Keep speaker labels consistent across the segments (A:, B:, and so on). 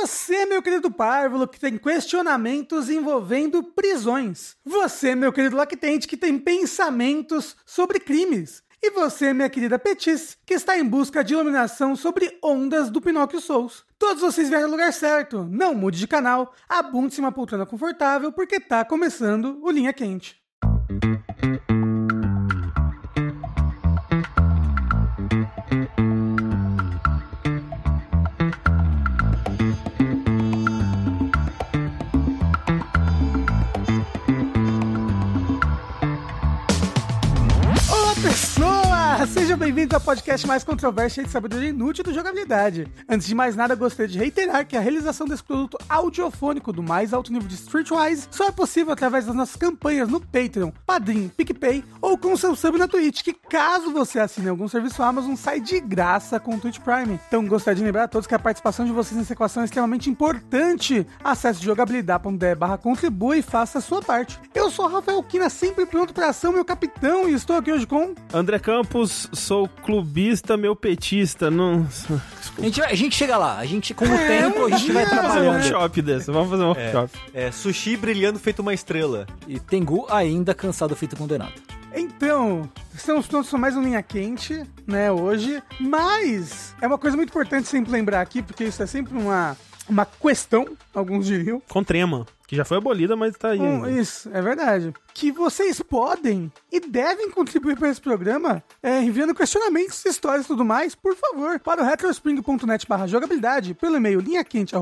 A: Você, meu querido párvulo, que tem questionamentos envolvendo prisões. Você, meu querido lactente, que tem pensamentos sobre crimes. E você, minha querida Petis, que está em busca de iluminação sobre ondas do Pinóquio Souls. Todos vocês vieram ao lugar certo. Não mude de canal, abunde-se uma poltrona confortável, porque tá começando o Linha Quente. Olá, pessoas! Sejam bem-vindos ao podcast mais controverso e de sabedoria inútil do jogabilidade. Antes de mais nada, gostaria de reiterar que a realização desse produto audiofônico do mais alto nível de Streetwise só é possível através das nossas campanhas no Patreon, Padrim, PicPay ou com seu sub na Twitch, que caso você assine algum serviço Amazon, sai de graça com o Twitch Prime. Então gostaria de lembrar a todos que a participação de vocês nessa equação é extremamente importante. Acesse jogabilidade.de barra contribua e faça a sua parte. Eu sou Rafael Kina, sempre pronto para ação, meu capitão, e estou aqui hoje com
B: André Campos, sou clubista, meu petista. Não...
C: A gente, vai- a gente chega lá, a gente, com o tempo, a gente vai
A: dia,
B: Vamos fazer um
C: trabalhando.
B: workshop desse, vamos fazer um workshop.
D: É, sushi brilhando feito uma estrela.
C: E Tengu ainda cansado, feito condenado.
A: Então, estamos prontos para mais um Linha Quente, né, hoje. Mas é uma coisa muito importante sempre lembrar aqui, porque isso é sempre uma, uma questão, alguns diriam.
B: Com trema, que já foi abolida, mas tá aí.
A: Um,
C: Hum,
B: ainda.
A: isso, é verdade. Que vocês podem e devem contribuir para esse programa, é, enviando questionamentos, histórias e tudo mais, por favor, para o retrospring.net barra jogabilidade, pelo e-mail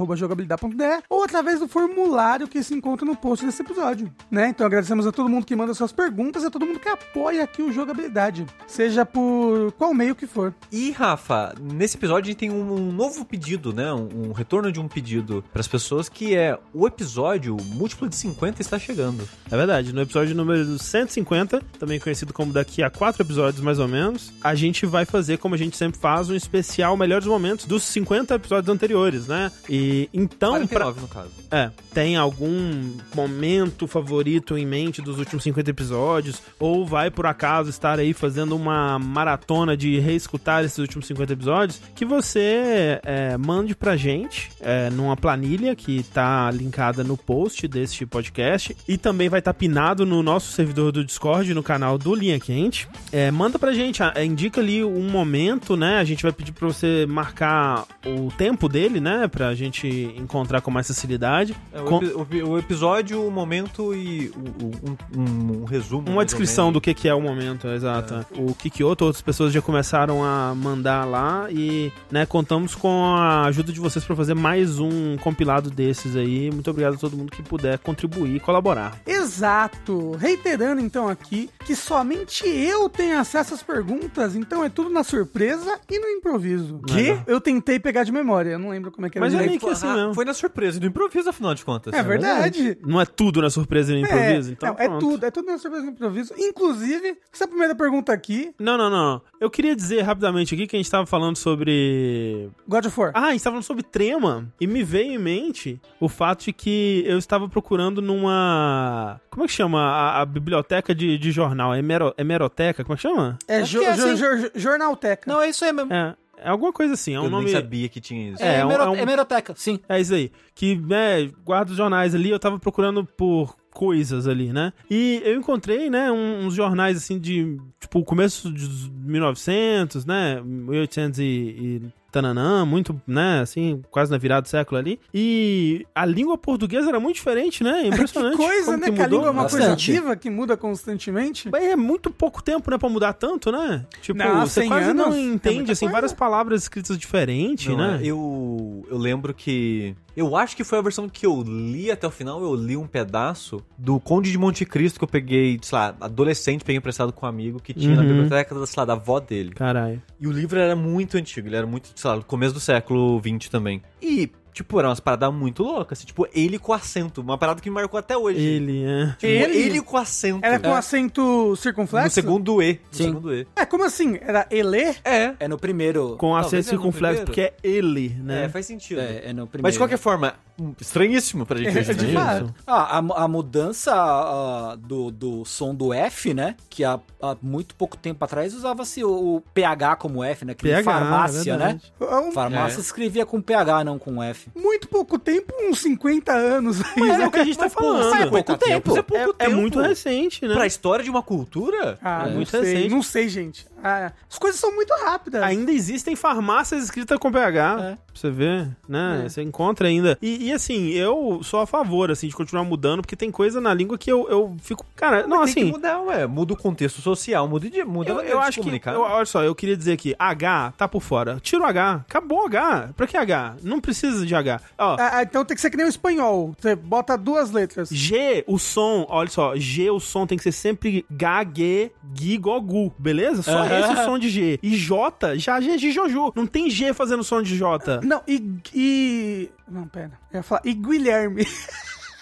A: linhaquente.jogabilidade.de ou através do formulário que se encontra no post desse episódio. Né? Então agradecemos a todo mundo que manda suas perguntas e a todo mundo que apoia aqui o Jogabilidade, seja por qual meio que for.
D: E, Rafa, nesse episódio a gente tem um, um novo pedido, né? Um, um retorno de um pedido para as pessoas que é o episódio múltiplo de 50 está chegando.
B: É verdade, no episódio número 150, também conhecido como daqui a quatro episódios mais ou menos, a gente vai fazer, como a gente sempre faz, um especial Melhores Momentos dos 50 episódios anteriores, né? E então, pra,
D: 49, no caso.
B: É, tem algum momento favorito em mente dos últimos 50 episódios? Ou vai por acaso estar aí fazendo uma maratona de reescutar esses últimos 50 episódios? Que você é, mande pra gente é, numa planilha que tá linkada no post deste podcast e também vai estar pinado no nosso servidor do Discord, no canal do Linha Quente. É, manda pra gente, a- é, indica ali um momento, né? A gente vai pedir pra você marcar o tempo dele, né? Pra gente encontrar com mais facilidade.
D: É, o,
B: Com-
D: epi- o epi- o episódio, o momento e o- o- um, um- um resumo. mais
B: Uma
D: ou
B: descrição
D: menos.
B: do que, que é o momento, exato. O Kikioto, outras pessoas já começaram a mandar lá e, né, contamos com a ajuda de vocês pra fazer mais um compilado desses aí. Muito obrigado a todo mundo que puder contribuir e colaborar.
A: Exato! Reiterando então aqui que somente eu tenho acesso às perguntas, então é tudo na surpresa e no improviso. é,
B: Quê?
A: Eu tentei pegar de memória, eu não lembro como é que era
B: Mas é
A: direito.
B: meio que assim
D: Ah,
B: mesmo.
D: Foi na surpresa, do improviso, afinal de contas.
A: É verdade.
B: Não é tudo na surpresa e no improviso, então.
A: não, é
B: pronto.
A: tudo, é tudo na surpresa e no improviso. Inclusive, essa primeira pergunta aqui,
B: Não, não, não. Eu queria dizer rapidamente aqui que a gente tava falando sobre
A: God of War.
B: Ah, a gente tava falando sobre trema e me veio em mente o fato de que eu estava procurando numa. Como é que chama? A, a biblioteca de, de jornal? A hemero- hemeroteca? Como é que chama?
A: é,
C: acho
A: jo,
C: que é
A: jo-
C: assim.
A: jo- jo- Jornalteca.
C: Não, é isso aí mesmo.
B: É, é alguma coisa assim. É um
D: Eu
B: nome.
D: nem sabia que tinha isso.
B: É,
C: É,
B: é um-
C: hemero-
B: é um-
C: hemeroteca, sim.
B: É isso aí. Que, né, guarda os jornais ali, eu tava procurando por coisas ali, né? E eu encontrei, né, um- uns jornais assim de, tipo, começo de 1900, né, 1800 e... e tananã, muito, né, assim, quase na virada do século ali. E a língua portuguesa era muito diferente, né? Impressionante.
A: Que coisa,
B: como
A: né? Que, a língua é uma
C: Bastante.
A: coisa viva que muda constantemente.
B: Bem, é muito pouco tempo, né, pra mudar tanto, né? Tipo,
A: Não,
B: você
A: 100
B: quase
A: anos
B: não
A: é
B: entende,
A: muita
B: assim,
A: coisa.
B: várias palavras escritas diferentes,
D: Não,
B: né?
D: é, Eu, eu lembro que. Eu acho que foi a versão que eu li até o final. Eu li um pedaço do Conde de Monte Cristo que eu peguei, sei lá, adolescente, peguei emprestado com um amigo que tinha na
B: Uhum.
D: biblioteca, da, sei lá, da avó dele.
B: Caralho.
D: E o livro era muito antigo, ele era muito, sei lá, do começo do século XX também. E, tipo, eram umas paradas muito loucas. Assim, tipo, ele com acento, uma parada que me marcou até hoje.
B: Ele, é...
D: Tipo,
A: Ele?
D: ele? com acento.
A: Era com
D: É.
A: acento
D: No
A: circunflexo?
D: segundo E. No
C: Sim.
D: segundo E.
A: É, como assim? Era ele?
D: É.
C: É no primeiro.
B: Com
D: Talvez
B: acento
D: é no
B: circunflexo,
D: primeiro.
B: porque é ele, né?
D: É, faz sentido.
C: É, é no primeiro.
D: Mas de qualquer forma, hum, estranhíssimo pra gente ver
A: É, de
D: isso.
A: fato.
E: Ah, a, mu- a mudança ah, do, do som do F, né? Que há, há muito pouco tempo atrás usava-se o, o PH como F, né? Que nem
B: PH,
E: farmácia, né?
B: verdade.
A: Há um-
E: Farmácia
D: É.
E: escrevia com PH, não com F.
A: muito pouco tempo, uns 50 anos aí. né?
B: Mas é o que a gente tá
D: Mas é
B: falando.
D: pouco tempo.
B: É, é muito recente, né?
D: Pra história de uma cultura?
A: Ah,
B: É,
A: não
B: muito
A: sei,
B: recente.
A: não sei, gente. Ah, as coisas são muito rápidas.
B: Ainda existem farmácias escritas com PH, pra você ver, né? Você encontra ainda. E, e, assim, eu sou a favor, assim, de continuar mudando, porque tem coisa na língua que eu, eu fico... Cara, não,
D: Tem que
B: assim...
D: mudar, ué. Muda o contexto social, muda, de, muda a
B: Eu,
D: maneira
B: eu
D: de
B: acho que.
D: comunicar.
B: eu- olha só, eu queria dizer aqui: H tá por fora. Tira o H. Acabou o H. Pra que H? Não precisa de H. Ó,
A: Ah, ah, então tem que ser que nem o espanhol. Você bota duas letras.
B: G, o som, olha só, G, o som tem que ser sempre G, G, Gui, Gogu, beleza? Só
E: Aham.
B: esse é o som de G. E J, já G é de Jojo. Não tem G fazendo som de J.
A: Não, e, e- Não, pera. Eu ia falar. E Guilherme.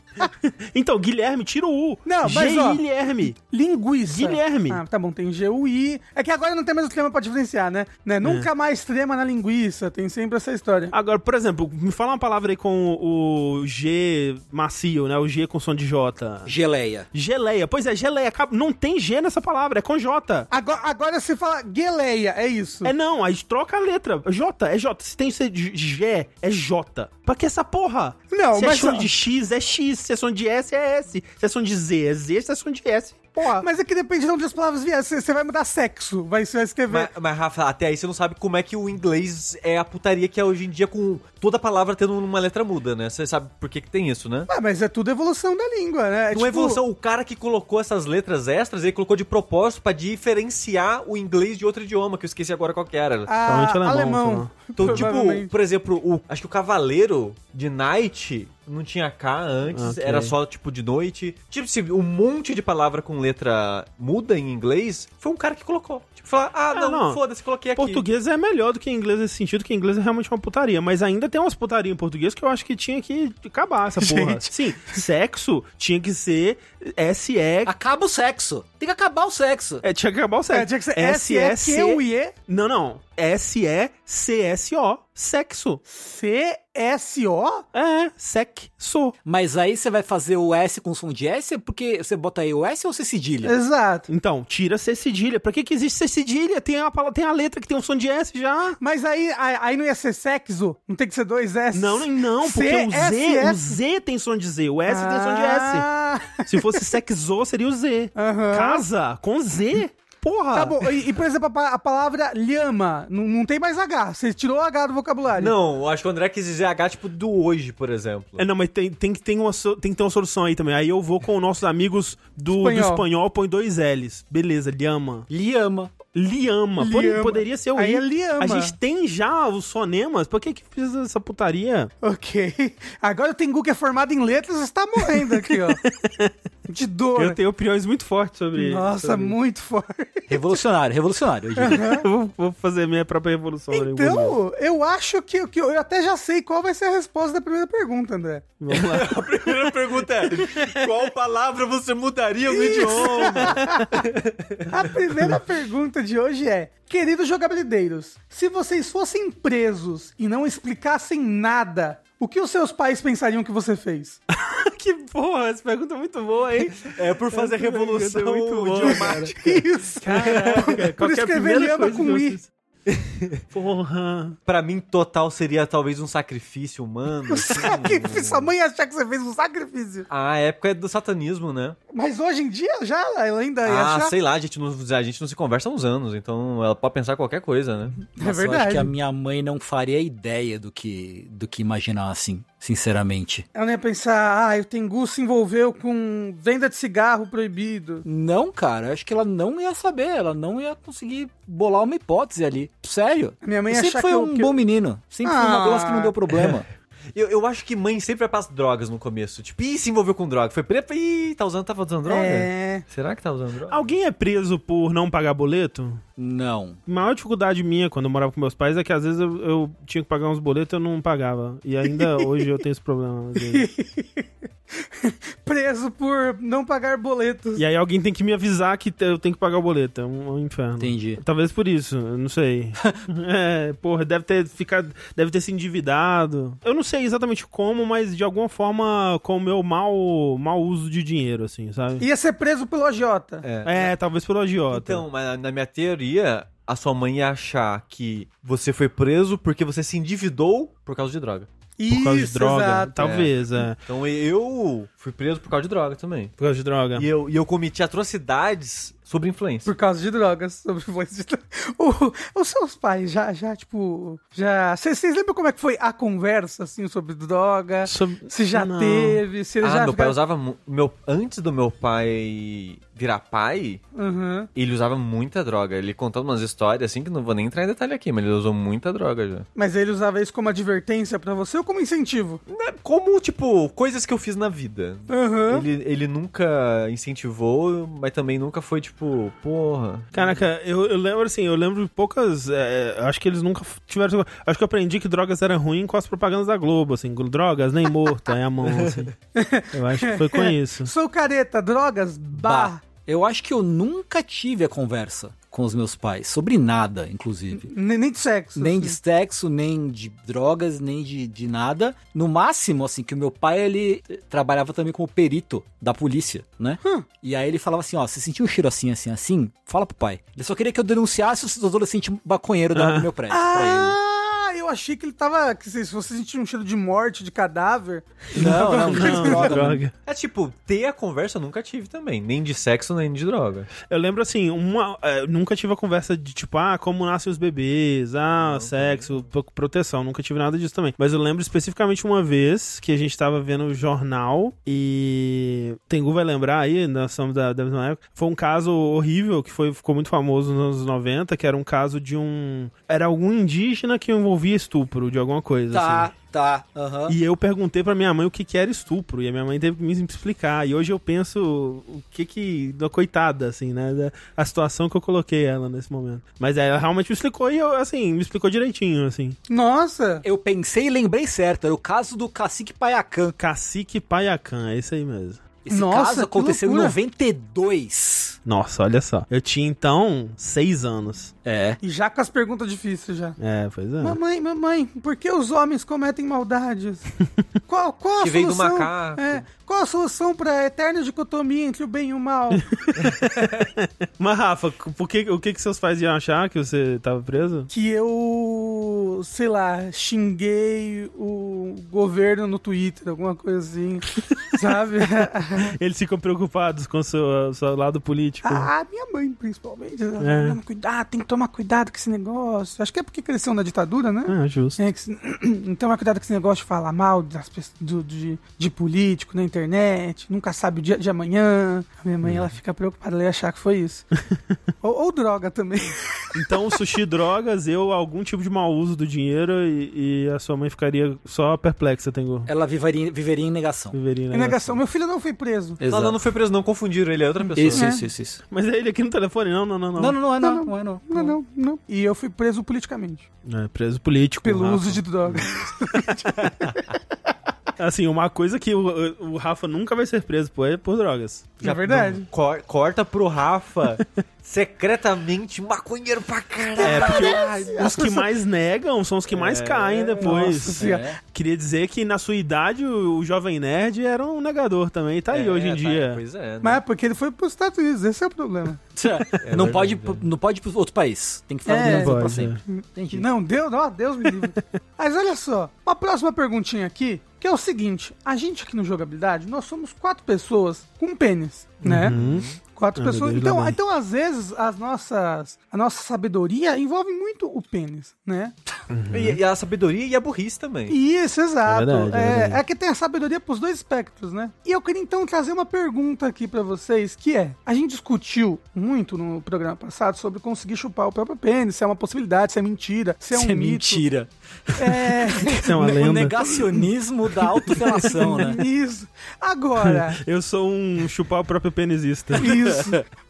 B: Então, Guilherme, tira o U.
A: Não, mas,
B: G,
A: ó,
B: Guilherme.
A: Linguiça.
B: Guilherme.
A: Ah, tá bom, tem GUI. É que agora não tem mais o tema pra diferenciar, né?
B: É.
A: Né, Nunca mais trema na linguiça. Tem sempre essa história.
B: Agora, por exemplo, me fala uma palavra aí com o G macio, né? O G com som de J.
E: Geleia.
B: Geleia. Pois é, geleia. Acab- Não tem G nessa palavra, é com J.
A: Agora, agora você fala geleia, é isso.
B: É não, aí troca a letra. J, é J. Se tem que ser de G, é J. Pra que essa porra?
A: Não,
B: se
A: mas-
B: é som de X, é X. Se é som de S, é S. Se é som de Z, é Z. Se é som de S, porra.
A: Mas é que depende de onde as palavras vieram. Você você vai mudar sexo, vai, você vai escrever.
D: Mas, mas, Rafa, até aí você não sabe como é que o inglês é a putaria que é hoje em dia com toda palavra tendo uma letra muda, né? Você sabe por que, que tem isso, né?
A: Ah, mas é tudo evolução da língua, né? É
D: Não
A: tipo-
D: é evolução, o cara que colocou essas letras extras, ele colocou de propósito pra diferenciar o inglês de outro idioma, que eu esqueci agora qual que era.
A: Ah,
B: Provavelmente é alemão,
A: alemão.
D: Então, tipo,
A: Provavelmente.
D: por exemplo, o, acho que o Cavaleiro de Night não tinha K antes,
B: Ah, Ok.
D: era só tipo de noite. Tipo, se um monte de palavra com letra muda em inglês, foi um cara que colocou. Tipo, falar, ah, não,
B: É, não.
D: foda-se, coloquei aqui.
B: Português é melhor do que inglês nesse sentido, que inglês é realmente uma putaria. Mas ainda tem umas putarias em português que eu acho que tinha que acabar essa porra.
A: Gente.
B: Sim, sexo tinha que ser SE.
E: Acaba o sexo. Tem que acabar o sexo.
B: É, tinha que acabar o sexo.
A: É, tinha que ser
B: S, S,
A: S-E-Q-U-I-E,
B: Não, não. S-E-C-S-O. Sexo.
A: C-S-O?
B: É, sexo.
E: Mas aí você vai fazer o S com som de S? Porque você bota aí o S ou você cedilha?
A: Exato.
B: Então, tira C cedilha. Pra que que existe C cedilha? Tem a, pala- tem a letra que tem um som de S já.
A: Mas aí, aí aí não ia ser sexo? Não tem que ser dois S?
B: Não, nem não, porque o Z,
A: CSS.
B: o Z tem som de Z, o S tem som de
A: Ah,
B: S. Se fosse sexo, seria o Z.
A: Aham.
B: Casa com Z. Porra.
A: Tá bom, e, e, por exemplo, a, pa- a palavra lhama, não, não tem mais H, você tirou o H do vocabulário.
D: Não, eu acho que o André quis dizer H, tipo, do hoje, por exemplo.
B: É, não, mas tem, tem, que tem uma, so- tem que ter uma solução aí também. Aí eu vou com nossos amigos do do espanhol,
A: Espanhol.
B: põe dois L's. Beleza, Liama.
E: Liama.
B: Liama. Pod-
A: Liama.
B: Poderia ser o
A: Aí
B: I.
A: é Liama.
B: A gente tem já os fonemas. Por que que precisa dessa putaria?
A: Ok. Agora o Tengu que é formado em letras está morrendo aqui, ó. De dor.
B: Eu tenho opiniões muito fortes sobre
A: Nossa,
B: sobre...
A: muito forte.
E: Revolucionário, revolucionário. eu diria.
B: Eu vou, vou fazer minha própria revolução. né, Gugu?
A: Então, eu acho que, que eu até já sei qual vai ser a resposta da primeira pergunta, André.
B: Vamos lá.
D: A primeira pergunta é: qual palavra você mudaria no idioma?
A: A primeira pergunta de hoje é: Queridos jogabilideiros, se vocês fossem presos e não explicassem nada, o que os seus pais pensariam que você fez?
B: que porra, essa pergunta é muito boa, hein?
D: É por fazer
B: Essa pergunta
D: revolução um
B: é muito boa,
D: idiomática.
E: é.
A: Isso!
B: Caraca,
A: Por
B: qualquer
A: escrever
B: primeira
A: Liama
B: coisa
A: com
B: que eu
A: I.
B: fiz. Porra.
D: Pra mim, total seria talvez um sacrifício humano.
A: O
E: é
A: sacrifício, sua mãe achar que você fez um sacrifício.
D: A época é do satanismo, né?
A: Mas hoje em dia já ela
B: É,
A: ainda ia
D: Ah,
A: achar.
D: sei lá, a gente, não, a gente não se conversa há uns anos, então ela pode pensar qualquer coisa, né?
A: É
E: Nossa, Eu acho
A: verdade.
E: que a minha mãe não faria ideia do que, do que imaginar assim, sinceramente.
A: Ela ia pensar, ah, o Tengu se envolveu com venda de cigarro proibido.
E: Não, cara, eu acho que ela não ia saber, ela não ia conseguir bolar uma hipótese ali. Sério.
A: A minha mãe
E: Eu
A: ia
E: sempre
A: achar
E: foi
A: que eu-
E: um
A: que eu-
E: bom menino. Sempre foi
A: Ah.
E: uma criança que não deu problema.
D: Eu, eu acho que mãe sempre vai pras drogas no começo. Tipo, ih, se envolveu com droga. Foi preto, ih, tá usando, tava usando droga?
A: É.
D: Será que tá usando droga?
B: Alguém é preso por não pagar boleto?
E: Não.
B: A maior dificuldade minha quando eu morava com meus pais é que às vezes eu, eu tinha que pagar uns boletos e eu não pagava. E ainda hoje eu tenho esse problema. às vezes.
A: Preso por não pagar boletos.
B: E aí alguém tem que me avisar que te- eu tenho que pagar o boleto. É um, é um inferno.
E: Entendi.
B: Talvez por isso, eu não sei. é, porra, deve ter ficado. Deve ter se endividado. Eu não sei exatamente como, mas de alguma forma com o meu mau, mau uso de dinheiro, assim, sabe?
A: Ia ser preso pelo agiota.
B: É, talvez pelo agiota.
D: Então, mas na minha teoria, a sua mãe ia achar que você foi preso porque você se endividou por causa né? de droga.
A: Isso,
B: por causa de droga.
A: exato.
B: Talvez, é.
D: Então eu fui preso por causa de droga também.
B: Por causa de droga.
D: E eu, e eu cometi atrocidades sobre influência.
A: Por causa de drogas, sobre influência de drogas. O- Os seus pais já, já tipo, já... Vocês vocês lembram como é que foi a conversa, assim, sobre droga?
B: Sob-
A: Se já
B: Não.
A: teve, se ele já...
D: Ah, meu pai
A: fica-
D: usava. mu- Meu, antes do meu pai virar pai,
A: Uhum.
D: ele usava muita droga. Ele contava umas histórias assim que não vou nem entrar em detalhe aqui, mas ele usou muita droga já.
A: Mas ele usava isso como advertência pra você ou como incentivo?
D: Né, Como, tipo, coisas que eu fiz na vida.
A: Aham.
D: Ele, ele nunca incentivou, mas também nunca foi, tipo, porra.
B: Caraca, eu, eu lembro assim, eu lembro de poucas. é, acho que eles nunca f- tiveram. Acho que eu aprendi que drogas era ruim com as propagandas da Globo, assim. Drogas, nem morto, é a mão, assim. Eu acho que foi com isso.
A: Sou careta, drogas, bah.
E: Bah. Eu acho que eu nunca tive a conversa com os meus pais sobre nada, inclusive.
A: Ne- Nem de sexo.
E: Nem de
A: assim.
E: sexo, nem de drogas, nem de, de nada. No máximo, assim, que o meu pai, ele trabalhava também como perito da polícia, né?
A: Hum.
E: E aí ele falava assim, ó, você sentiu um cheiro assim, assim, assim? Fala pro pai. Ele só queria que eu denunciasse os adolescentes maconheiros da- do meu prédio pra
A: Ah, eu achei que ele tava... Que se se você sentir um cheiro de morte, de cadáver...
E: ele. Não,
B: Não,
E: não, não.
B: droga.
A: assim.
E: droga, mano.
D: É tipo, ter a conversa eu nunca tive também. Nem de sexo, nem de droga.
B: Eu lembro assim, uma, é, nunca tive a conversa de tipo, ah, como nascem os bebês, ah, sexo, pro- proteção, nunca tive nada disso também. Mas eu lembro especificamente uma vez que a gente tava vendo o jornal e. Tengu vai lembrar aí, nós somos da, da mesma época. Foi um caso horrível que foi, ficou muito famoso nos anos 90, que era um caso de um. Era algum indígena que envolvia estupro de alguma coisa. assim.
E: Tá, tá, aham.
B: E eu perguntei pra minha mãe o que que era estupro, e a minha mãe teve que me explicar. E hoje eu penso o que que... da Coitada, assim, né? da- A situação que eu coloquei ela nesse momento. Mas é, ela realmente me explicou e eu, assim, me explicou direitinho, assim.
A: Nossa!
E: Eu pensei e lembrei certo, era o caso do cacique Paiacan.
B: Cacique Paiacan, é isso aí mesmo.
E: Esse
A: Nossa, que
E: caso aconteceu em
A: loucura.
E: 92.
B: Nossa, olha só. Eu tinha, então, seis anos.
E: É.
A: E já com as perguntas difíceis já.
B: É, pois é.
A: Mamãe, mamãe, por que os homens cometem maldades? qual, qual a
D: Que vem do
A: solução?
D: macaco.
A: É, qual a solução para a eterna dicotomia entre o bem e o mal?
B: Mas, Rafa, por que, o que que seus pais iam achar que você tava preso?
A: que eu, sei lá, xinguei o governo no Twitter, alguma coisa assim, sabe?
B: Eles ficam preocupados com o seu, seu lado político.
A: ah, minha mãe, principalmente. ela,
B: É.
A: "Não, Cuidado, tem que tomar cuidado com esse negócio. Acho que é porque cresceu na ditadura, né?
B: Ah, justo.
A: É, que se- não toma cuidado com esse negócio de falar mal das pessoas- do- de, de político na internet, nunca sabe o dia de amanhã. A minha mãe, ela fica preocupada, ela ia achar que foi isso. ou, ou droga também.
B: Então, sushi, drogas, eu, algum tipo de mau uso do dinheiro e, e a sua mãe ficaria só perplexa, Tengu.
E: Ela viveria, viveria em negação.
B: Viveria, né?
A: É negação, meu filho não foi preso.
B: é-
D: Não, não, não foi preso, não. Confundiram ele, é outra pessoa.
E: Isso,
A: É.
E: isso, isso, isso.
B: Mas é ele aqui no telefone? Não, não, não. não.
E: Não, não, não é não.
A: não.
E: Não, é não.
A: Não, não, não. E eu fui preso politicamente.
B: É preso político.
A: Pelo
B: Rafa.
A: uso de droga.
B: Assim, uma coisa que o, o Rafa nunca vai ser preso por, é por drogas.
A: é verdade.
D: Cor- corta pro Rafa, secretamente maconheiro pra caralho.
B: É, porque os
A: As
B: que
A: pessoas-
B: mais negam são os que
D: É,
B: mais caem depois.
A: Nossa Senhora.
E: É.
B: Queria dizer que na sua idade o, o jovem nerd era um negador também. Tá aí
D: É,
B: hoje em
D: tá,
B: dia.
D: Pois é. né?
A: Mas é porque ele foi pros Estados Unidos, esse é o problema.
E: não,
D: verdade,
E: pode,
D: verdade.
E: não pode ir para outro país. Tem que ficar
A: É,
E: no Brasil
B: É pode,
E: pra
B: é.
E: sempre. Entendi.
A: Não, deu, não, Deus me livre. Mas olha só, uma próxima perguntinha aqui, que é o seguinte: a gente aqui no jogabilidade, nós somos quatro pessoas com pênis, né? Quatro
B: Ah, meu
A: pessoas.
B: Deus, lá
A: Então,
B: vem.
A: então, às vezes, as nossas, a nossa sabedoria envolve muito o pênis, né?
D: E, e a sabedoria e a burrice também.
A: Isso, exato.
B: É verdade, é
A: É,
B: verdade.
A: é que tem a sabedoria pros dois espectros, né? E eu queria então trazer uma pergunta aqui pra vocês, que é: a gente discutiu muito no programa passado sobre conseguir chupar o próprio pênis, se é uma possibilidade, se é mentira, se é um
E: Isso é
A: mito.
E: mentira.
A: É,
B: Isso é uma
E: O
B: lenda.
E: negacionismo da autofelação, né?
A: isso. Agora,
B: Eu sou um chupar o próprio penisista.
A: Isso.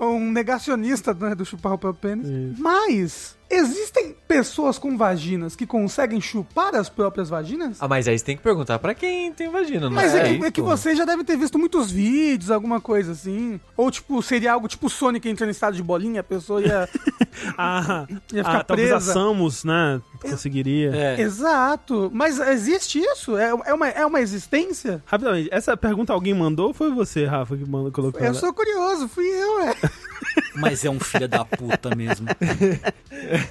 A: Um negacionista né, do chupar o próprio pênis. Mas existem pessoas com vaginas que conseguem chupar as próprias vaginas?
D: Ah, mas aí você tem que perguntar pra quem tem vagina, não
A: Mas é, que,
D: isso,
A: é que
D: pô.
A: você já deve ter visto muitos vídeos, alguma coisa assim. Ou, tipo, seria algo tipo Sonic entrando em estado de bolinha, a pessoa ia.
B: Ah,
A: Ia ficar
B: ah, talvez a
A: presa.
B: Samus, né? Conseguiria.
E: É.
A: Exato. Mas existe isso? É, é uma, é uma existência?
B: Rapidamente, essa pergunta alguém mandou ou foi você, Rafa, que mandou, colocou
A: Eu
B: ela?
A: sou curioso, fui eu, é.
E: Mas é um filho da puta mesmo.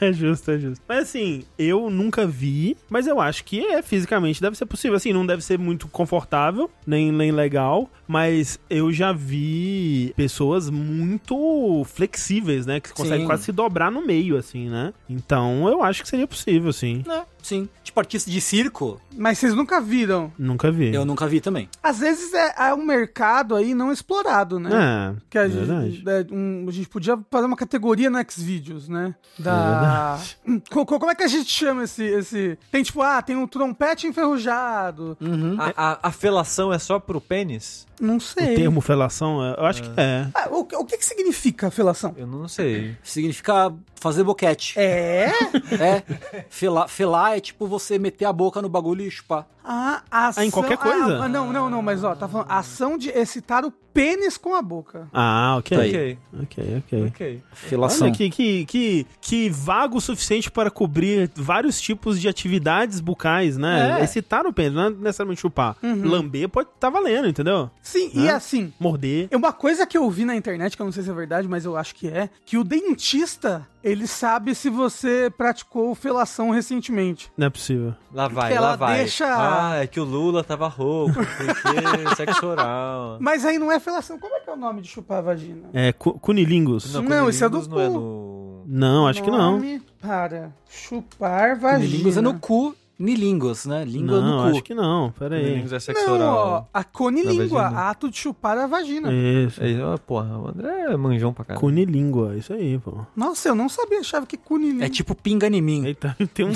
B: É justo, é justo. Mas assim, eu nunca vi, mas eu acho que é fisicamente deve ser possível. Assim, não deve ser muito confortável, nem, nem legal, mas eu já vi pessoas muito flexíveis, né? Que conseguem
E: Sim.
B: quase se dobrar no meio, assim, né? Então eu acho que seria possível, sim.
E: Né? Sim. Tipo artista de circo,
A: Mas vocês nunca viram.
B: Nunca vi.
E: eu nunca vi também.
A: Às vezes é, é um mercado aí não explorado, né?
B: É,
A: Que a,
B: é verdade.
A: gente, é, um- a gente podia fazer uma categoria no Xvideos, né?
B: É
A: Da. Hum, co- co- como é que a gente chama esse, esse. Tem tipo, ah, tem um trompete enferrujado.
B: Uhum.
D: A, a- a felação é só pro pênis?
A: Não
B: O
A: sei.
B: É. termo felação, eu acho que é.
A: Ah, o, o que, que significa felação?
D: Eu não sei.
E: Significa fazer boquete.
A: É?
E: É. Felar, felar é tipo você meter a boca no bagulho e chupar.
A: Ah, ação,
B: Ah, em qualquer coisa?
A: ah, não, não, não, mas ó, tá falando ação de excitar o pênis com a boca.
B: Ah, ok.
E: Tá aí.
D: Ok,
B: Ok, ok.
D: ok.
E: Felação.
B: Olha que, que, que, que vago o suficiente para cobrir vários tipos de atividades bucais, né?
E: É.
B: Excitar o pênis, não é necessariamente chupar. Lamber pode estar valendo, entendeu?
A: Sim, e
B: Né?
A: assim.
B: Morder.
A: É Uma coisa que eu vi na internet, que eu não sei se é verdade, mas eu acho que é, que o dentista, ele sabe se você praticou felação recentemente.
B: Não é possível.
D: Lá vai,
A: Ela
D: lá vai.
A: deixa-
D: Ah, é que o Lula tava rouco, porque sexo oral.
A: Mas aí não é felação. Como é que é o nome de chupar a vagina?
B: É, cu- cunilingus.
A: Não,
D: quando
A: isso é do
D: Windows não é
A: cu.
D: no...
B: Não, acho que não.
A: Nome para chupar
E: Nilingus
A: vagina.
E: é no cu. Nilingos, né? Língua
B: Não,
E: no
B: acho
E: cu.
B: que não. Pera aí.
D: Windows é sexo
A: Não, ó,
D: oral.
A: a conilíngua,
D: vagina.
A: ato de chupar a vagina.
B: É Isso.
D: Aí, ó, porra, o André é manjão pra caralho.
B: Cunilíngua, é isso aí, pô.
A: Nossa, eu não sabia, achava que conilíngua.
E: É tipo pinga em mim.
B: Eita, tem um,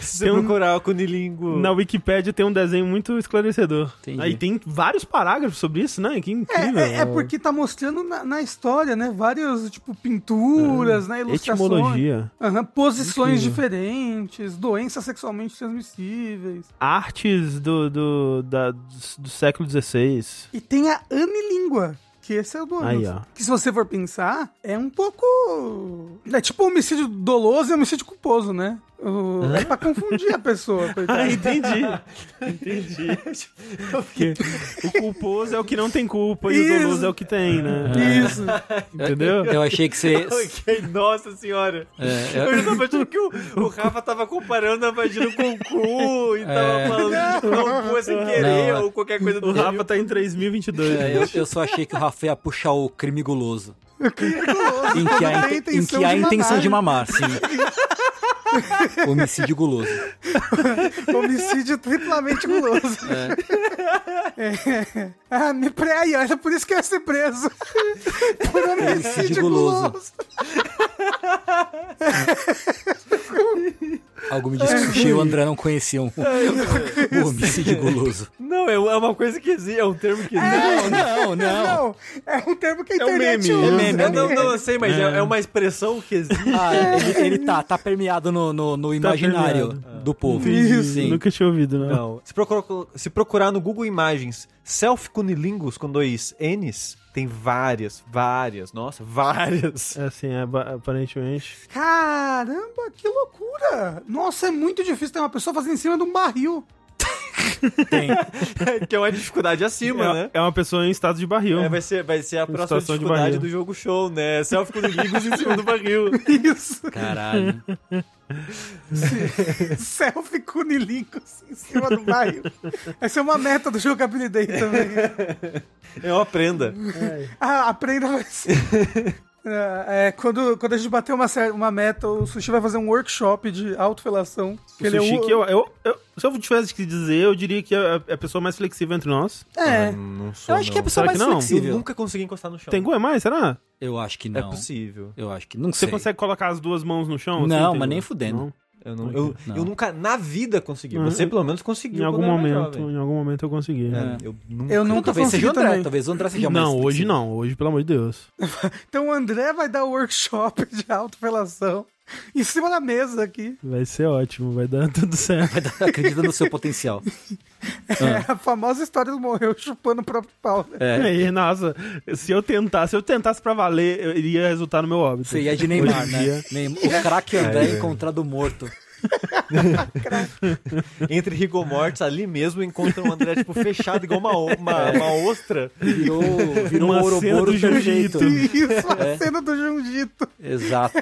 D: Se
B: Tem um-
D: procurar o cunilingo...
B: na Wikipédia tem um desenho muito esclarecedor.
E: Entendi.
B: Aí tem vários parágrafos sobre isso, né? Que incrível.
A: É, é- é porque tá mostrando na, na história, né? Várias, tipo, pinturas, né? Ilustrações.
B: Etimologia.
A: Aham, posições diferentes, doenças sexualmente transmissíveis.
B: Artes do, do, da- do século XVI.
A: E tem a anilíngua, que esse é o doença.
B: Aí, ó.
A: Que se você for pensar, é um pouco. É tipo homicídio doloso e um homicídio culposo, né? O- É pra confundir a pessoa, coitada.
B: Ah, entendi. entendi. o culposo é o que não tem culpa e
A: Isso.
B: o doloso é o que tem, né?
A: Isso.
B: Entendeu?
E: Eu achei que você.
D: Ok, nossa senhora.
E: É,
D: Eu
E: eu-
D: já tava achando que o, o Rafa tava comparando a vagina com o cu e tava
E: É.
D: falando de chupar o cu sem querer
E: Não,
D: ou qualquer coisa do
B: O
D: tipo.
B: Rafa tá em 3022.
E: é,
B: né?
E: eu- eu só achei que o Rafa ia puxar o crime guloso.
A: É Guloso,
E: Em que
A: quando
E: há,
A: tem
E: inte- em que há intenção de mamar, sim. Homicídio guloso.
A: Homicídio triplamente guloso. É. Ah, me pre... Aí, ó, era por isso que eu ia ser preso. Por homicídio
E: Homicídio
A: guloso.
E: guloso. Algo me disse que o Sheio e o André não um conheciam o, o homicídio guloso.
D: Não, é, é uma coisa que existe, é um termo que existe.
E: Não, não, não.
A: Não, é um termo que a
B: um
A: internet
B: meme, é um
A: usa.
E: meme,
D: É, não, não, eu sei, mas é, é uma expressão que existe.
E: Ah, ele, ele tá, tá permeado no, no,
D: Tá
E: no imaginário do povo.
B: Isso,
E: É Sim.
B: nunca tinha ouvido, não.
D: Não. Se procurar, se procurar no Google Imagens self-cunilingus com dois N's, tem várias, várias, nossa, várias.
B: É assim, é, ba- aparentemente.
A: Caramba, que loucura! Nossa, é muito difícil ter uma pessoa fazendo em cima de um barril.
D: que é uma dificuldade acima, né?
B: É, é uma pessoa em estado de barril.
D: É, vai, ser, vai ser a próxima
B: situação de
D: dificuldade
B: barril.
D: do jogo show, né? Self-cunilingus em cima do barril.
A: Isso.
E: Caralho.
A: Selfie cunilingus em cima do barril. Essa é uma meta do jogabilidade também.
D: É uma prenda.
A: Ah, aprenda mais. É, é, quando, quando a gente bater uma, cer- uma meta, o Sushi vai fazer um workshop de autofelação. é
B: O sushi que eu, eu, eu- se eu tivesse que dizer, eu diria que é a- é a pessoa mais flexível entre nós.
A: É.
D: Não sou,
E: Eu acho que é a
D: não.
E: pessoa
B: Será que
E: mais
B: não?
D: Eu
E: flexível.
D: nunca consegui encostar no chão.
B: Tem gol é mais, será?
E: Eu acho que
D: É
E: não.
D: possível.
E: Eu acho que não
B: Você
E: sei.
B: consegue colocar as duas mãos no chão?
E: Não,
B: tem
E: mas nem
B: gol?
E: fudendo.
B: Não.
D: Eu, não, eu,
E: Não.
D: eu nunca, na vida, consegui.
B: Não,
D: Você,
B: eu-
D: pelo menos, conseguiu.
B: Em algum
D: quando era mais
B: momento,
D: é jovem.
B: em algum momento eu consegui. né?
D: É, eu nunca.
A: Eu nunca
E: Talvez seja
A: consegui
E: o André.
A: também.
E: Talvez é o André seja mais
B: Não, hoje
E: flexível.
B: não. Hoje, pelo amor de Deus.
A: Então o André vai dar o workshop de autofelação em cima da mesa aqui.
B: Vai ser ótimo, vai dar tudo certo.
E: Acredita no seu potencial.
B: Ah.
A: É a famosa história do morreu chupando o próprio pau. né?
E: É.
B: Aí, nossa, se eu tentasse, se eu tentasse pra valer, eu iria resultar no meu óbito.
E: Você ia de Neymar,
B: Hoje em
E: né?
B: dia-
E: Neymar- O craque André
D: É.
E: encontrado morto.
D: Entre rigor mortis, ali mesmo, encontram o André, tipo, fechado, igual uma, o- uma, uma ostra.
E: Virou, virou
B: Uma
E: um
B: cena do
E: ouroboro
B: jiu-jitsu.
E: perfeito.
A: Isso, a cena do Jundito.
E: Exato.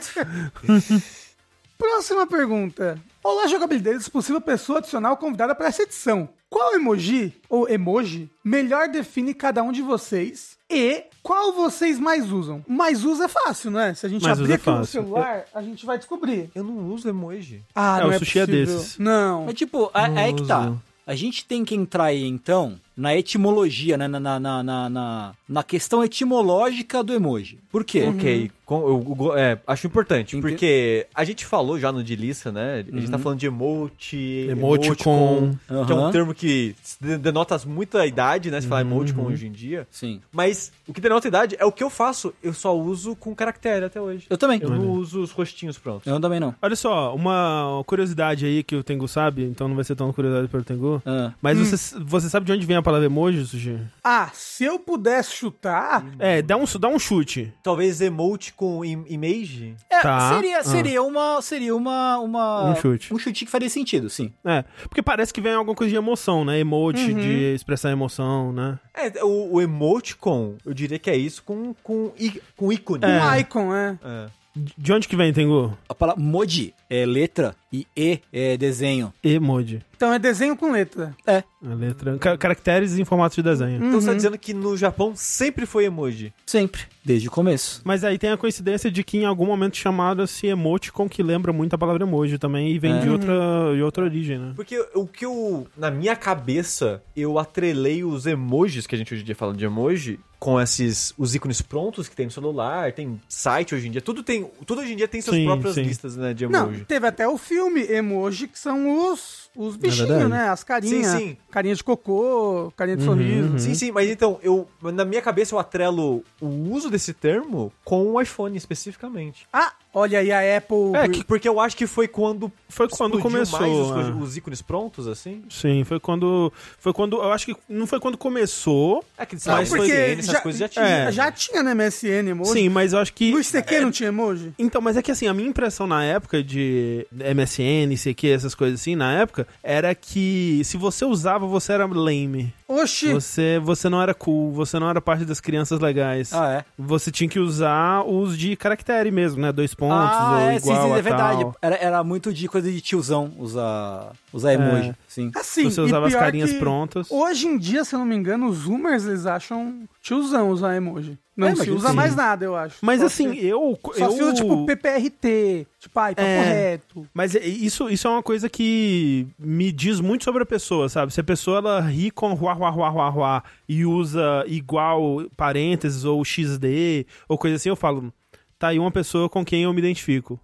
A: Próxima pergunta. Olá, jogabilidades, possível pessoa adicional convidada para essa edição. Qual emoji ou emoji melhor define cada um de vocês? E qual vocês mais usam? Mais usa é fácil, né? Se a gente
B: Mais
A: abrir
B: usa é
A: aqui no
B: fácil.
A: celular, a gente vai descobrir.
D: Eu não uso emoji.
A: Ah,
B: É,
A: não
B: o
A: é
B: sushi é
A: possível.
B: desses.
A: Não.
E: Mas, tipo, a-
D: Não
E: aí que tá.
D: uso.
E: A gente tem que entrar aí, então, na etimologia, né? Na, na, na, na, na- na questão etimológica do emoji. Por quê?
D: Ok, com- eu, go- é, acho importante,
E: Ente-
D: porque a gente falou já no de lista, né? A gente tá falando de emote,
B: Emoticon.
D: que é um
E: Aham.
D: termo que se de- denota muita idade, né? Se falar emoticon hoje em dia.
E: Sim.
D: Mas o que denota idade é o que eu faço, eu só uso com caractere até hoje.
E: Eu também.
D: Eu não uso os rostinhos prontos.
E: Eu também não.
B: Olha só, uma curiosidade aí que o Tengu sabe, então não vai ser tão curiosidade para o Tengu.
E: Ah.
B: Mas você, você sabe de onde vem a palavra emoji, Sushi?
A: Ah, se eu pudesse chutar,
B: É, dá um, dá um chute.
D: Talvez emote com im- image?
E: É,
B: Tá. Ah.
E: seria, seria uma. Seria uma, uma.
B: Um chute.
E: Um chute que faria sentido, sim.
B: É, porque parece que vem alguma coisa de emoção, né? Emote,
E: Uhum.
B: de expressar emoção, né?
D: É, o, o emoticon, eu diria que é isso com, com, i- com ícone.
A: um icon, é.
D: É.
B: De de onde que vem, Tengu?
E: A palavra modi é letra e e é desenho.
B: Emoji.
A: Então é desenho com letra.
E: É.
B: A letra. ca- caracteres em formato de desenho.
D: Então você tá dizendo que no Japão sempre foi emoji.
E: Sempre. Desde o começo.
B: Mas aí tem a coincidência de que em algum momento chamaram-se emoticon, que lembra muito a palavra emoji também, e vem
E: É.
B: de, outra, de outra origem, né?
D: Porque o que eu, na minha cabeça, eu atrelei os emojis, que a gente hoje em dia fala de emoji, com esses, os ícones prontos que tem no celular, tem site hoje em dia, tudo tem, tudo hoje em dia tem suas
B: Sim,
D: próprias
B: sim.
D: listas, né, de
A: Não,
D: emoji.
A: teve até o filme Emoji, que são os, os bichinhos,
B: é verdade. Uhum,
A: né? As carinhas.
D: Sim, sim.
A: Carinha de cocô, carinha de sorriso.
D: Sim, sim, mas então, eu, na minha cabeça, eu atrelo o uso desse termo com o iPhone especificamente.
A: Ah, olha aí a Apple.
B: É,
D: Por- Porque eu acho que foi quando,
B: Foi quando
D: explodiu
B: começou. é.
D: mais os,
B: a-
D: os ícones prontos, assim.
B: Sim, foi quando. Foi quando. Eu acho que não foi quando começou.
D: É que
A: Ah,
D: sabe,
A: porque
D: MSN, essas
A: já-
D: coisas já né? tinham.
A: já,
B: é.
A: já tinha na MSN emoji.
B: Sim, mas eu acho que.
A: No ICQ não tinha emoji?
B: Então, mas é que assim, a minha impressão na época de MSN, CQ, essas coisas assim, na época, era que se você usava, você era lame.
A: Oxi,
B: Você, você não era cool, você não era parte das crianças legais.
E: Ah, é.
B: Você tinha que usar os de caractere mesmo, né? Dois pontos ou
E: ah, é, sim,
B: igual
E: sim,
B: a
E: é verdade.
B: tal.
E: Era, era muito de coisa de tiozão usar, usar emoji.
B: É.
E: Sim.
A: assim.
B: você
A: e
B: usava as
A: pior
B: carinhas
A: que
B: prontas.
A: Hoje em dia, se eu não me engano, os Zoomers eles acham tiozão usar emoji. Não
E: É,
A: se
E: imagino
A: usa
E: que
A: mais
B: sim.
A: nada, eu acho.
B: Mas
A: Só
B: assim,
A: se-
B: eu.
A: Só
B: eu...
A: se usa tipo PPRT, tipo, ai, papo
B: É.
A: reto.
B: Mas é- isso, isso é uma coisa que me diz muito sobre a pessoa, sabe? Se a pessoa ela ri com ruá, ruá, ruá, ruá, ruá e usa igual parênteses ou XD ou coisa assim, eu falo, tá aí uma pessoa com quem eu me identifico.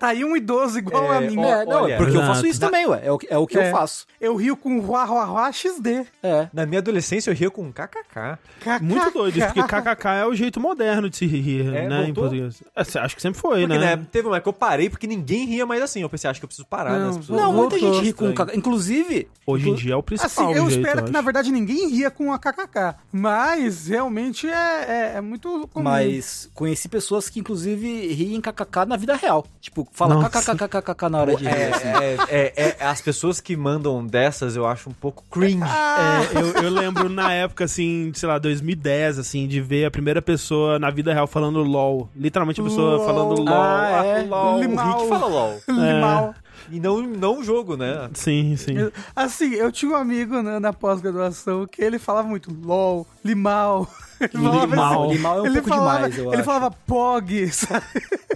A: tá aí um idoso igual
D: É,
A: a mim.
D: ó,
E: É, não,
D: olha,
E: é porque eu faço
B: exato.
E: isso também, ué. É o, que- é o que
A: É.
E: eu faço.
A: Eu rio com ruá, ruá, ruá, XD.
E: É.
D: Na minha adolescência eu ria com um kkk.
A: Kkk.
B: Muito doido isso, porque kkk é o jeito moderno de se rir,
D: É,
B: né? Em
D: voltou?
B: português. É, Acho que sempre foi,
D: Porque,
B: né?
D: né, teve uma época que eu parei porque ninguém ria mais assim. Eu pensei, acho que eu preciso parar,
A: Não,
D: né? As pessoas
E: Não,
D: vão-
E: muita
D: Estranho.
E: gente ri com caca. Inclusive,
B: Hoje em dia é o
A: Assim,
B: principal
A: eu
B: jeito,
A: espero que, na
B: acho.
A: verdade, ninguém ria com a KKK. Mas, realmente, é, é, é muito
B: Uhum.
A: comum.
E: mas conheci pessoas que, inclusive, riem kkk na vida real. Tipo, fala
B: Nossa.
E: kkkkk na hora de rir. assim.
D: É, é, é, é, as pessoas que mandam dessas eu acho um pouco cringe.
B: É, eu, eu lembro na época, assim, sei lá, 2010, assim, de ver a primeira pessoa na vida real falando LOL. Literalmente a pessoa
A: LOL.
B: falando LOL.
E: Ah, é?
B: LOL.
D: O
A: Limal.
D: Rick fala LOL.
A: Limal.
D: E não, não o jogo, né?
B: Sim, sim.
A: é. Eu- Assim, eu tinha um amigo na, na pós-graduação que ele falava muito LOL, Limal. Ele falava
B: Limal.
A: assim-
E: Limal é um
A: ele
E: pouco
A: falava,
E: demais, eu
A: Ele
E: acho.
A: falava POG, sabe?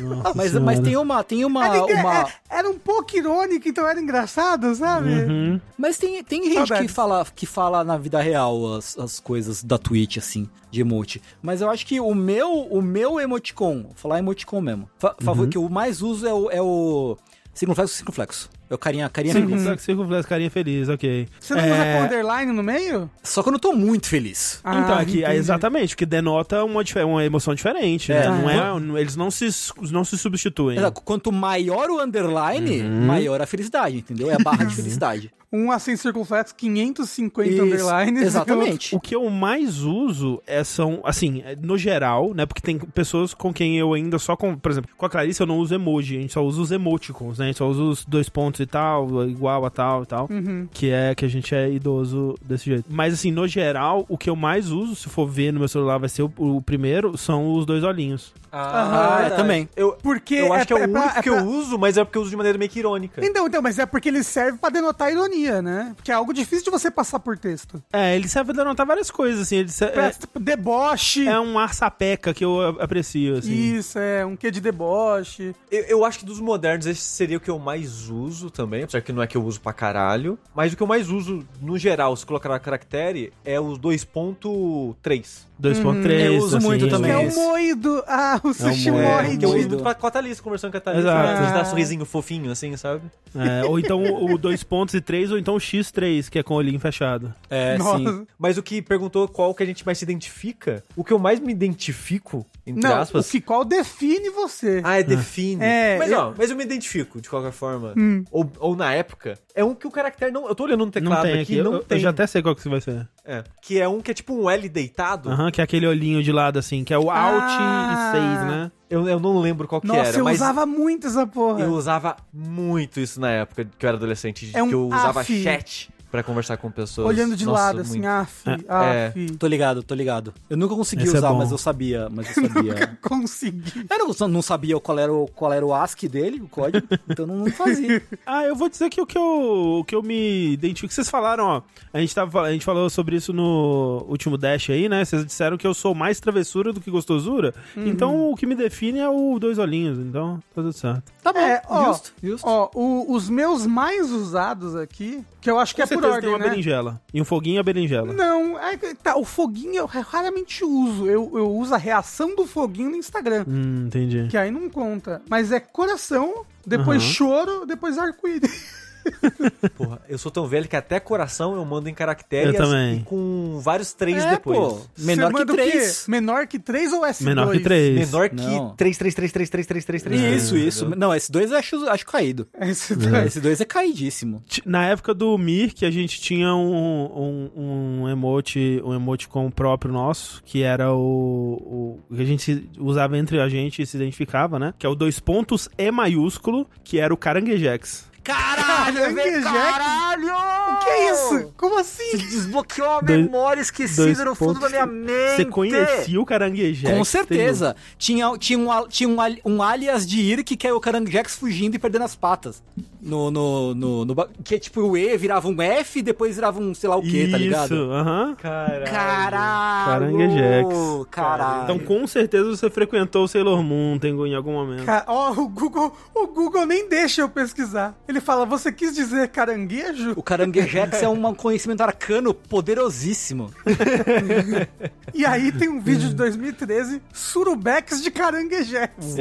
B: Nossa
E: Mas,
B: Senhora.
E: mas tem uma. Tem uma,
A: Era engra-
E: Ah, uma...
A: é- Era um pouco irônico, então era engraçado, sabe?
B: Uhum.
E: Mas tem, tem gente que
A: Saudades.
E: fala, que fala na vida real as, as coisas da Twitch, assim, de emote. Mas eu acho que o meu, o meu emoticon, vou falar emoticon mesmo, fa
B: Uhum.
E: favor, que eu mais uso é o. É o circunflexo, circunflexo. É o carinha, carinha feliz.
B: Circunflexo, circunflexo, carinha feliz, ok.
A: Você não
B: É,
A: usa com underline no meio?
E: Só quando eu tô muito feliz.
B: Então,
A: Ah,
B: aqui, é
A: entendi.
B: exatamente, porque denota uma, dife- uma emoção diferente, né?
E: É.
B: Não é, não- eles não se, não se substituem.
E: Exato, Quanto maior o underline,
B: Uhum.
E: maior a felicidade, entendeu? É a barra de felicidade.
A: Um assim circunflexo, 550
E: Isso,
A: underlines.
E: Exatamente.
B: O que eu mais uso é, são, assim, é, no geral, né? Porque tem pessoas com quem eu ainda só com. Por exemplo, com a Clarice eu não uso emoji, a gente só usa os emoticons, né? A gente só usa os dois pontos e tal, igual a tal e tal.
A: Uhum.
B: Que é que a gente é idoso desse jeito. Mas, assim, no geral, o que eu mais uso, se for ver no meu celular, vai ser o, o primeiro, são os dois olhinhos.
E: Ah,
D: verdade.
E: também.
D: Eu,
A: Porque
D: eu acho é, que é o
A: pra-
D: único
A: pra-
D: que eu uso, mas é porque eu uso de maneira meio que irônica.
A: Então, então, mas é porque ele serve pra denotar a ironia, né? Porque é algo difícil de você passar por texto.
B: É, ele serve pra anotar várias coisas, assim. Ele serve,
A: Pra,
B: é,
A: tipo, deboche.
B: é um ar sapeca que eu a- aprecio, assim.
A: Isso, é um quê de deboche.
D: Eu, eu acho que dos modernos esse seria o que eu mais uso também, apesar que não é que eu uso pra caralho. Mas o que eu mais uso, no geral, se colocar na caractere, é os 2.3.
B: 2.3.
E: Eu uso muito
B: assim,
E: também.
A: uhum. É o
E: esse.
A: moído. Ah, o sushi
B: É,
D: É, que
E: moído.
D: eu uso
A: moído.
D: muito pra com a Thalys, conversando com a Thalys.
B: Exato.
D: né? A gente dá
A: Ah.
D: um sorrisinho fofinho, assim, sabe?
B: É, ou então o o dois pontos e três, ou então o X3, que é com o olhinho fechado.
E: É, sim.
A: Nossa.
D: Mas o que perguntou qual que a gente mais se identifica, o que eu mais me identifico, entre
A: Não,
D: aspas...
A: o que qual define você.
D: Ah, é define.
A: É,
D: mas,
A: eu-
D: ó, mas eu me identifico, de qualquer forma. Ou, ou na época. É um que o caractere não... Eu tô olhando no
B: Não
D: teclado
B: tem
D: aqui,
B: aqui.
D: não
B: eu,
D: tem.
B: eu já até sei qual que você vai ser.
D: É, que é um que é tipo um L deitado.
B: Aham, que é aquele olhinho de lado, assim, que é o Alt
A: Ah.
B: e 6, né?
D: Eu, eu não lembro qual que
A: Nossa,
D: era,
A: eu
D: mas
A: usava muito essa porra.
D: eu usava muito isso na época que eu era adolescente,
A: É um
D: que eu usava
A: af.
D: chat pra conversar com pessoas.
A: Olhando de
D: Nossa,
A: lado, assim,
D: muito.
A: af,
D: É.
A: af.
E: Tô ligado, tô ligado. Eu nunca consegui
B: Esse é
E: usar,
B: bom.
E: mas eu sabia, mas eu sabia.
A: Consegui.
E: Eu não- não sabia qual era, o, qual era o ASCII dele, o código, então eu não fazia.
B: Ah, eu vou dizer que o que eu, o que eu me identifico. Vocês falaram, ó. A gente, tava, fal- a gente falou sobre isso no último Dash aí, né? Vocês disseram que eu sou mais travessura do que gostosura.
A: Uhum.
B: Então o que me define é o dois olhinhos. Então, tá tudo certo.
E: Tá bom,
A: É, ó,
E: justo, justo.
A: Ó, o- os meus mais usados aqui, que eu acho que é
B: Com
A: por
B: certeza tem
A: ordem,
B: uma
A: né?
B: berinjela. E um foguinho é a berinjela.
A: Não, é que tá, o foguinho eu raramente uso. Eu, eu uso a reação do foguinho no Instagram,
B: Hum, entendi.
A: que aí não conta. Mas é coração, depois
B: Aham.
A: choro, depois arco-íris. ah.
D: Porra, eu sou tão velho que até coração eu mando em caractere
B: Eu
D: e as-
B: também.
D: e com vários três
E: É,
D: depois.
E: pô. Menor
A: Você
E: que
A: manda o quê?
E: três.
A: Menor que 3 ou S2?
B: Menor que três.
D: Menor
E: Não.
D: que 3, 3, 3, 3, 3, 3, 3, 3.
B: É,
E: Isso, isso. Não, esse dois eu acho, acho caído.
A: S2.
E: Esse dois é caidíssimo.
B: Ti- Na época do Mir, que a gente tinha um, um, um emote, um emote com o próprio nosso, que era o, o que a gente se- usava entre a gente e se identificava, né? Que é o dois pontos E maiúsculo, que era o caranguejex.
E: Caralho,
A: velho,
E: caralho!
B: É.
E: O é
A: Que é isso? Como assim?
E: Desbloqueou a
B: Dois-
E: memória
B: dois
E: esquecida no fundo
B: pontos.
E: da minha mente.
B: Você conhecia o caranguejex?
E: Com certeza. Tinha, tinha, um, al- tinha um, al- um alias de Irk que é o Caranguejex fugindo e perdendo as patas. No, no, no, no ba- que é tipo o E virava um F e depois virava um sei lá o
B: Tem-
E: que, tá
B: Isso,
E: ligado?
B: aham.
E: Caralho!
B: Caranguejex.
E: Caralho.
B: Então com certeza você frequentou o Sailor Moon, Tengu, em algum momento.
A: Ca- Ó, o Google, o Google nem deixa eu pesquisar. Ele fala, você quis dizer caranguejo?
E: O Caranguejex é um conhecimento arcano poderosíssimo.
A: E aí tem um vídeo de 2013, surubex de caranguejex.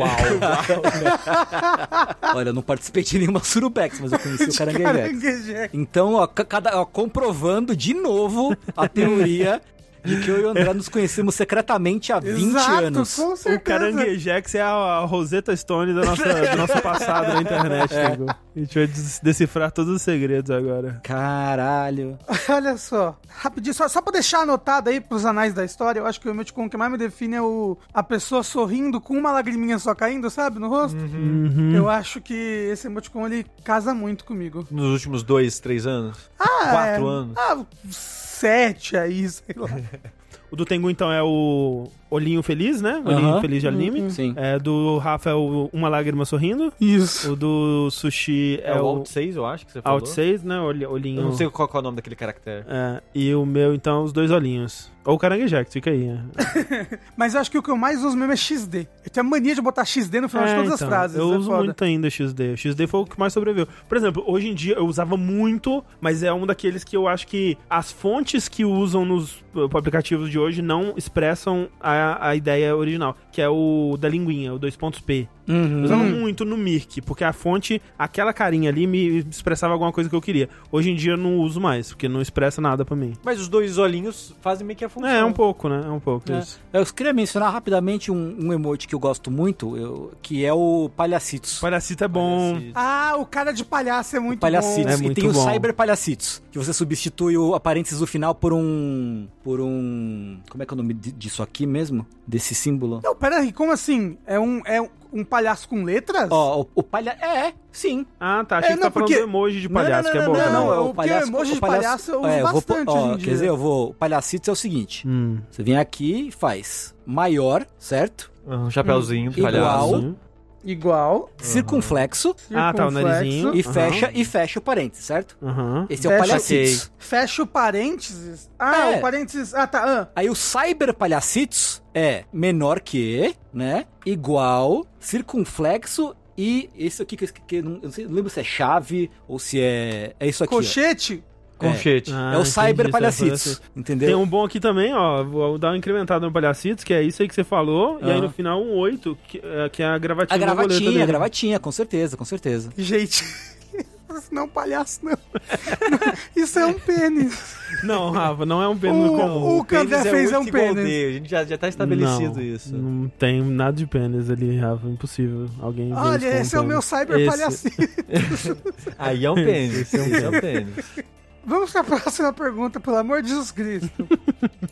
E: Olha, eu não participei de nenhuma Surubex, mas eu conheci o
A: De
E: Caranguejex.
A: caranguejex.
E: Então, ó, ca- cada, ó, comprovando de novo a teoria de que eu e o André nos conhecemos secretamente há 20
A: Exato,
E: anos.
A: com
B: O
A: certeza.
B: Caranguejex é a- a Rosetta Stone da nossa, do nosso passado na internet,
E: É.
B: Tengu. A gente vai des- decifrar todos os segredos agora.
E: Caralho.
A: Olha só, rapidinho, só, só pra deixar anotado aí pros anais da história, eu acho que o emoticon que mais me define é o, a pessoa sorrindo com uma lagriminha só caindo, sabe, no rosto.
B: Uhum.
A: Eu acho que esse emoticon, ele casa muito comigo.
D: Nos últimos dois, três anos?
A: Ah,
D: Quatro
A: é-
D: anos.
A: Ah, sete aí, sei lá.
B: O do Tengu, então, é o Olhinho Feliz, né? Olhinho
E: Aham. Uhum.
B: Feliz de anime.
E: Sim.
B: É, do Rafa é o Uma Lágrima Sorrindo.
A: Isso.
B: O do Sushi
D: É, o Alt 6, eu acho que você falou.
B: Out 6, né? Olhi- Olhinho.
D: Eu não sei qual, qual é o nome daquele caractere.
B: É, e o meu, então, os dois olhinhos. Ou o Caranguejax, fica aí. né?
A: Mas eu acho que o que eu mais uso mesmo é XD. Eu tenho a mania de botar XD no final de
B: É,
A: todas
B: então,
A: as frases.
B: Eu
A: é
B: uso
A: foda.
B: muito ainda XD. O XD foi o que mais sobreviveu. Por exemplo, hoje em dia eu usava muito, mas é um daqueles que eu acho que as fontes que usam nos uh, aplicativos de hoje não expressam a, a ideia original, que é o da linguinha, o 2.p. Eu
E: Uhum.
B: usava
A: Hum.
B: muito no Mirk, porque a fonte, aquela carinha ali, me expressava alguma coisa que eu queria. Hoje em dia eu não uso mais, porque não expressa nada pra mim.
D: Mas os dois olhinhos fazem meio que a função.
B: É, é um pouco, né? É um pouco
E: É.
B: isso.
E: Eu queria mencionar rapidamente um, um emote que eu gosto muito, eu- que é o Palhacitos.
B: Palhacito é bom.
D: assim.
A: Ah, o cara de palhaço é muito
E: Palhacitos.
B: É
A: bom.
E: e
B: muito
E: tem
B: bom.
E: o Cyber Palhacitos, que você substitui o a parênteses do final por um. por um. Como é que é o nome di- disso aqui mesmo? Desse símbolo?
A: Não, peraí, como assim? É um, é um palhaço com letras?
E: Ó, o, o palha. É, sim.
B: Ah, tá. Achei
A: É,
B: que
A: não,
B: tá falando
A: porque-
B: do emoji de palhaço,
A: não,
B: que é
A: não,
B: bom.
A: não,
B: também.
A: não, é o-
E: o palhaço-
A: porque o emoji de
E: o palhaço- é,
A: palhaço eu uso
E: eu vou,
A: bastante
E: ó,
A: hoje em dia.
E: Quer dizer, eu vou. O palhacitos é o seguinte:
B: Hum.
E: você vem aqui e faz maior, certo?
D: Um chapéuzinho do
A: Hum.
E: Igual.
D: palhaço.
A: Igual.
E: Circunflexo
B: Ah, tá, o
A: circunflexo,
B: narizinho.
E: e
B: Aham.
E: fecha e fecha o parênteses, certo?
B: Aham.
E: Esse é o
A: Fecha,
E: palhacitos.
A: Fecha o parênteses. Ah,
E: É.
A: o parênteses. Ah, tá. ah.
E: Aí o cyber palhacitos é menor que, né? Igual, circunflexo e esse aqui que eu, esque- que eu não, eu não sei- não lembro se é chave ou se é. É isso aqui. ó.
A: Cochete.
D: Conchete.
B: Ah,
E: é o
B: entendi,
E: cyber
B: cyber
E: palhacitos.
B: palhacitos.
E: Entendeu?
B: Tem um bom aqui também, ó. Vou dar uma incrementada no palhacitos, que é isso aí que você falou. E aí
E: Aham.
B: no final um 8, que, é, que é a gravatinha.
E: A
B: da boleta dele.
E: gravatinha, a gravatinha, com certeza, com certeza.
A: Gente. isso Não, é um palhaço, não. Isso é um pênis.
B: Não, Rafa, não é um pênis
A: O-
B: comum.
A: o Candé
D: Pênis
A: fez é um
D: oito igual
A: pênis.
D: D, A gente já, já tá estabelecido
B: Não,
D: isso.
B: Não tem nada de pênis ali, Rafa. Impossível. Alguém. vê isso um
A: Olha,
B: como
A: esse é o
B: pênis.
A: meu cyber
B: Esse-
A: palhacinho.
D: Aí é um pênis.
B: Esse é um
D: Esse é um pênis.
A: Vamos para a próxima pergunta, pelo amor de Jesus Cristo.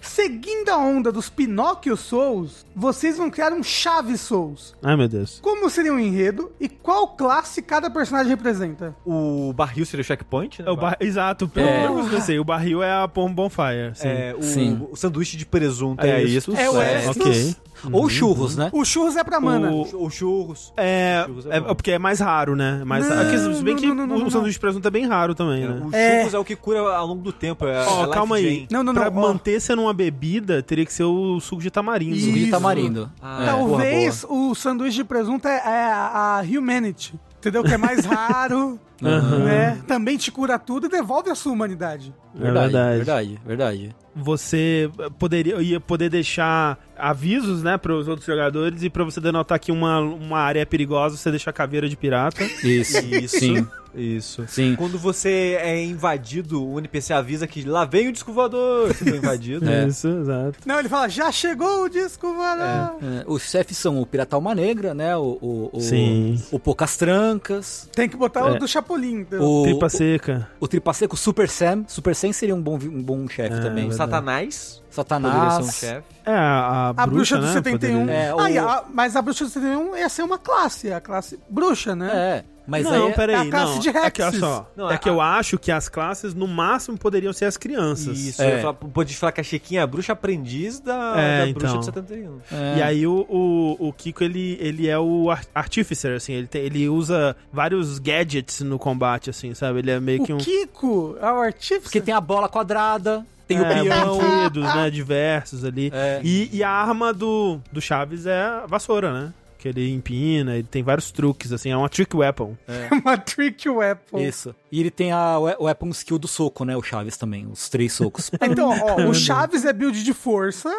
A: Seguindo a onda dos Pinóquio Souls, vocês vão criar um Chave Souls.
B: Ai, meu Deus.
A: Como seria o enredo e qual classe cada personagem representa?
D: O barril seria o checkpoint, né?
B: É o bar... Exato, pelo
E: É.
B: menos eu sei. O barril é a Pomb Bonfire. Sim.
D: É, o,
E: Sim.
D: o sanduíche de presunto.
B: É
D: isso.
B: isso.
A: É o
D: é.
A: Estus.
B: Ok.
E: Ou churros, né?
A: O churros é pra mana.
B: O-
D: Ou churros.
B: É,
D: Churros é
B: é,
D: bom.
B: porque é mais raro, né? É Mais
A: Não,
B: raro. Porque, se bem
A: não,
B: que
A: não, não,
B: o
A: não,
B: sanduíche de presunto é bem raro também,
D: É,
B: né?
D: O
A: É.
D: churros é. o que cura ao longo do tempo. É,
B: Ó,
D: é
B: calma
D: life
B: aí.
D: gain.
A: Não, não, não,
B: pra
A: ó.
B: manter sendo uma bebida, teria que ser o suco de tamarindo.
E: Suco de
A: Isso. é,
E: tamarindo. É,
D: Ah,
A: Talvez
D: boa,
A: o sanduíche de presunto é, é a, a humanity. Entendeu? Que é mais raro,
E: Aham.
A: né? Também te cura tudo e devolve a sua humanidade.
E: verdade, verdade, verdade.
B: É Você eh, poderia, ia poder deixar avisos, né, para os outros jogadores e pra você denotar que uma, uma área é perigosa, você deixa a caveira de pirata.
E: Isso,
D: Isso.
E: sim,
D: Isso.
E: sim.
D: Quando você é invadido, o NPC avisa que lá vem o descovador. Você foi invadido.
E: É.
B: Isso, exato.
A: Não, ele fala, já chegou o disco, vará.
E: É, Os chefes são o Pirata Alma Negra, né? O, o, o,
B: Sim.
E: o Poucas Trancas,
A: Tem que botar o
B: É.
A: do Chapolin. entendeu?
E: o,
B: Tripa seca.
E: o, o Tripa Seco, o Super Sam. Super Sam seria um bom, vi- um bom chefe
B: É,
E: também.
D: O
B: verdade.
D: Satanás poderia ser um
E: Satanás.
D: chefe.
B: É, a,
A: A bruxa,
B: né,
A: do 71.
B: poderia-
E: É, o-
A: Ah, e a- mas a bruxa do 71 ia ser uma classe, a classe bruxa, né?
E: É, mas
B: não,
E: aí... é-
B: peraí,
A: é a classe
B: não.
A: de
B: é que, olha
A: Hexes.
B: só,
D: Não,
B: é
D: a-
B: que eu acho que as classes, no máximo, poderiam ser as crianças.
D: Isso.
E: É.
D: eu ia falar- Pode falar que a Chiquinha é a bruxa aprendiz da,
B: É,
D: da bruxa
B: então.
D: de 71.
E: é.
B: E aí o, o, o Kiko, ele, ele é o ar- artificer, assim, ele, tem- ele usa vários gadgets no combate, assim, sabe? Ele é meio que
A: O
B: um...
A: Kiko é o artífice.
E: Porque tem a bola quadrada, tem o
B: é,
E: peão.
B: brinquedos, né? Diversos ali.
E: É.
B: E, e a arma do, do Chaves é a vassoura, né? Que ele empina, ele tem vários truques, assim, é uma trick weapon.
A: uma trick weapon.
E: Isso. E ele tem a we- weapon skill do soco, né? O Chaves também, os três socos.
A: Então, ó, o Chaves é build de força,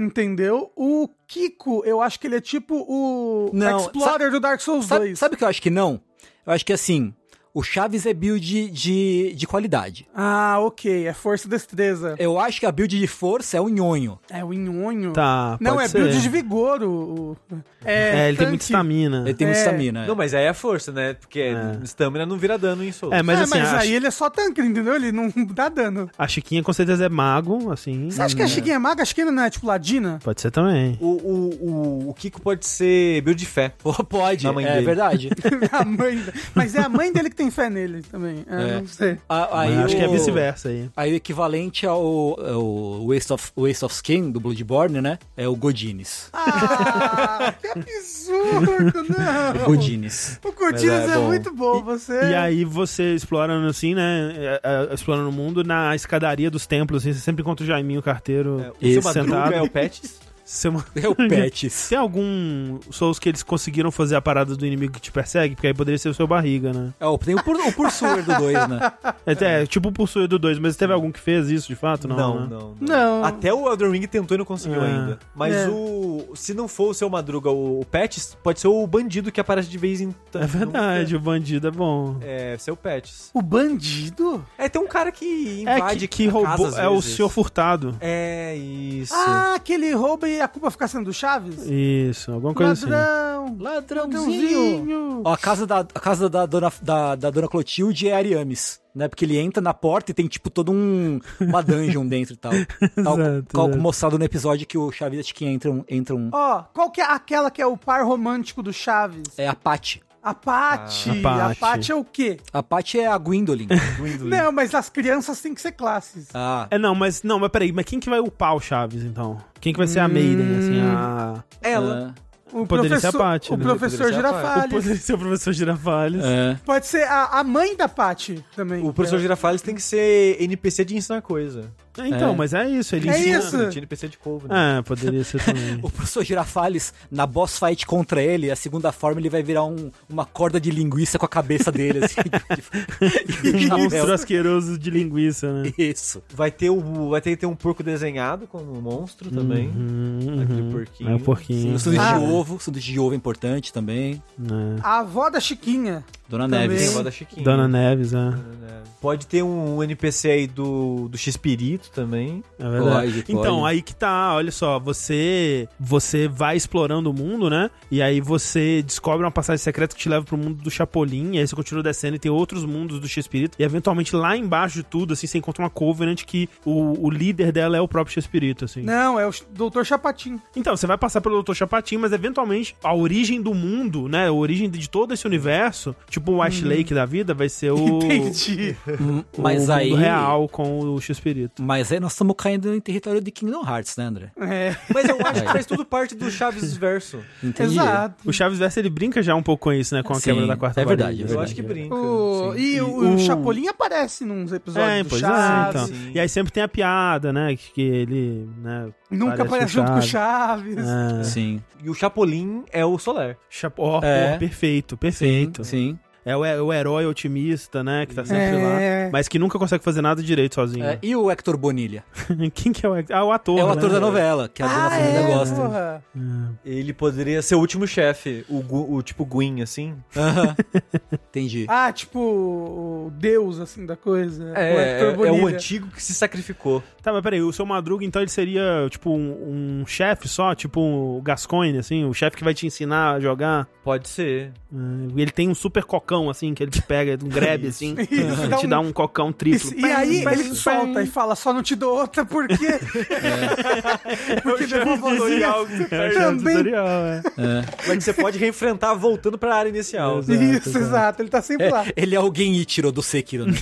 A: entendeu? O Kiko, eu acho que ele é tipo o
E: Não,
A: Explorer do Dark Souls
E: sabe,
A: 2.
E: sabe o que eu acho que não? Eu acho que assim, o Chaves é build de, de qualidade.
A: Ah, ok. É força e destreza.
E: Eu acho que a build de força é o nhonho.
A: É o Inhonho.
B: Tá,
A: Não,
B: pode
A: é
B: ser.
A: build de vigor. O, o-
B: É,
A: é,
B: ele tem
A: tanque.
B: muita estamina.
E: Ele tem muita
A: É.
E: estamina.
D: Não, mas aí é força, né? Porque estamina não vira dano em Souls.
B: É, mas
A: é,
B: assim,
A: mas
B: a,
A: aí ele é só tanque, entendeu? Ele não dá dano.
B: a Chiquinha com certeza é mago, assim.
A: Você acha que a Chiquinha é maga? A Chiquinha não é tipo Ladina?
B: Pode ser também.
D: O, o, o, o Kiko pode ser build de fé.
E: Pô, Pode,
D: Da mãe
E: é
D: dele.
E: verdade.
A: a mãe da- Mas é a mãe dele que tem tem fé nele também. É,
E: É.
A: Não sei.
E: A-
B: Mas
E: aí
B: acho que é
E: o-
B: vice-versa aí.
E: Aí o equivalente ao, ao Waste, of, Waste of Skin do Bloodborne, né? É o Godines.
A: Ah, que absurdo, não.
E: Godines.
A: O Cortinas
D: Mas
A: é,
D: é bom.
A: muito bom, você.
B: E aí você explorando assim, né? é, é, Explorando o mundo na escadaria dos templos, assim, você sempre encontra o Jaiminho Carteiro
D: Esse
B: sentado.
D: Madruga é o Pets.
B: Você-
E: É o Pets.
B: Tem algum Souls que eles conseguiram fazer a parada do inimigo que te persegue? Porque aí poderia ser o seu barriga, né?
E: É, o- tem o, pur, o Pursuer do 2, né?
B: É, é tipo o Pursuer do 2, mas teve algum que fez isso de fato? Não,
D: Não,
B: né?
D: não,
A: Não.
D: Até o Elden Ring tentou e não conseguiu
B: É.
D: ainda. Mas
A: É.
D: o. Se não for o seu Madruga, o, o Pets, pode ser o bandido que aparece de vez em quando.
B: É verdade, o bandido é bom.
D: É, seu Pets.
A: O bandido?
D: É, tem um cara que
B: É,
D: invade
B: que, que roubou.
D: casa, às
B: É o
D: vezes.
B: senhor furtado.
D: É, isso.
A: Ah, aquele rouba e a culpa fica sendo do Chaves?
B: Isso, alguma É, coisa assim.
A: Ladrão.
E: Ladrãozinho.
A: Ladrãozinho.
E: Ó, a casa, da, a casa da, dona, da, da dona Clotilde é Ariames, né? Porque ele entra na porta e tem, tipo, todo um... Uma dungeon dentro e tal. Tal,
B: Exato,
E: tal
B: exato.
E: como mostrado no episódio que o Xavier que um, entram... entram
A: Ó, qual que é aquela que é o par romântico do Chaves?
E: é a Patty.
A: A Paty.
B: Ah, a
A: a
B: Patty.
A: Paty é o quê?
E: A Patty é a Gwendolyn.
D: Gwendolyn.
A: Não, mas as crianças têm que ser classes.
E: ah,
B: É, não, mas não, mas peraí, mas quem que vai upar o Chaves, então? Quem que vai ser a Maiden, assim, a.
D: Ela.
A: O
B: Poderia ser a
A: professor,
B: Patty,
A: o
B: né?
A: professor
D: Poderia ser a Patty.
A: Girafales.
B: Poderia ser o professor Girafales.
E: é.
A: Pode ser a, a mãe da Paty também. é
D: O professor Girafales tem que ser NPC de ensinar coisa.
B: É, Então,
E: É.
B: mas é isso, ele
A: É
B: ensina-
A: isso.
D: Não tinha NPC de couve, né?
B: É, poderia ser também.
E: O professor Girafales, na boss fight contra ele, a segunda forma ele vai virar um- uma corda de linguiça com a cabeça dele, assim. de- de- de
B: um monstro
E: chapéu.
B: asqueroso de linguiça, né?
E: Isso.
D: Vai ter o. Vai ter que ter um porco desenhado como um monstro também.
B: Uhum,
D: Aquele
B: uhum.
D: porquinho.
B: É o
E: Sim,
B: porquinho.
E: o Um sanduíche
A: Ah.
E: de ovo, sanduíche de ovo é importante também.
B: né?
A: A avó da Chiquinha.
E: Dona
A: Também.
D: Tem a
E: Neves.
D: avó da Chiquinha. né?
B: Dona Neves, é.
D: Pode ter um NPC aí do, do X-Pirito também.
B: É verdade.
E: Pode,
B: Então,
E: pode.
B: aí que tá, olha só, você você vai explorando o mundo, né? E aí você descobre uma passagem secreta que te leva pro mundo do Chapolin, e aí você continua descendo e tem outros mundos do X-Espírito, e eventualmente lá embaixo de tudo, assim, você encontra uma Covenant que o, o líder dela é o próprio X-Espírito, assim.
A: Não, é o Dr. Chapatinho.
B: Então, você vai passar pelo Dr. Chapatin, mas eventualmente a origem do mundo, né? A origem de todo esse universo, tipo o Ash Lake da vida, vai ser o,
A: Entendi.
E: Hum,
B: o
E: Mas
B: mundo
E: aí.
B: real com o X-Espírito.
E: Mas aí nós estamos caindo em território de Kingdom Hearts, né, André?
A: É,
D: Mas eu acho que faz tudo parte do Chaves Verso.
E: Entendi.
A: exato.
B: O Chaves Verso, ele brinca já um pouco com isso, né? Com a
E: Sim,
B: quebra da quarta
E: é verdade,
B: parede.
E: é
D: Eu acho que brinca.
A: O-
D: sim.
A: E o, o Chapolin aparece nos episódios
B: É,
A: do
B: pois é,
A: Chaves.
B: então.
D: sim.
B: E aí sempre tem a piada, né? Que, que ele, né?
A: Nunca aparece
B: o
A: junto com o Chaves.
B: É.
E: Ah, Sim.
D: E o Chapolin é o Soler.
B: Chapo- ó,
E: É.
B: pô, perfeito, perfeito.
E: Sim.
B: É o, he- o herói otimista, né? Que tá sempre
A: É.
B: lá. Mas que nunca consegue fazer nada direito sozinho.
E: É, e o Hector Bonilha?
B: Quem que é o ator? Ah, o ator.
E: é o ator
B: né?
E: da novela, que a dona Florinda gosta.
A: Ah, é, porra.
D: Ele poderia ser o último chefe, o, Gu- o tipo Gwyn, assim.
E: Aham. Entendi.
A: Ah, tipo, o deus, assim, da coisa. o
D: É,
A: Hector
D: é
A: Bonilha.
D: o antigo que se sacrificou.
B: Tá, mas peraí, o seu Madruga, então, ele seria, tipo, um, um chefe só? Tipo o Gascoigne, assim? O chefe que vai te ensinar a jogar?
D: Pode ser.
B: É, Ele tem um super cocão, assim, que ele te pega, um grab, assim.
A: Isso,
B: ele
A: dá
B: te
A: um-
B: dá um cocão triplo.
A: E, e aí ele solta e fala, só não te dou outra porque...
D: É
A: porque meu vovozinho
B: É, já é um
A: também...
B: tutorial, é.
D: Mas que você pode reenfrentar voltando pra área inicial.
B: Exato,
A: Isso,
B: exato.
A: exato. Ele tá sempre lá.
E: É, ele é alguém Ichiro do Sekiro, né?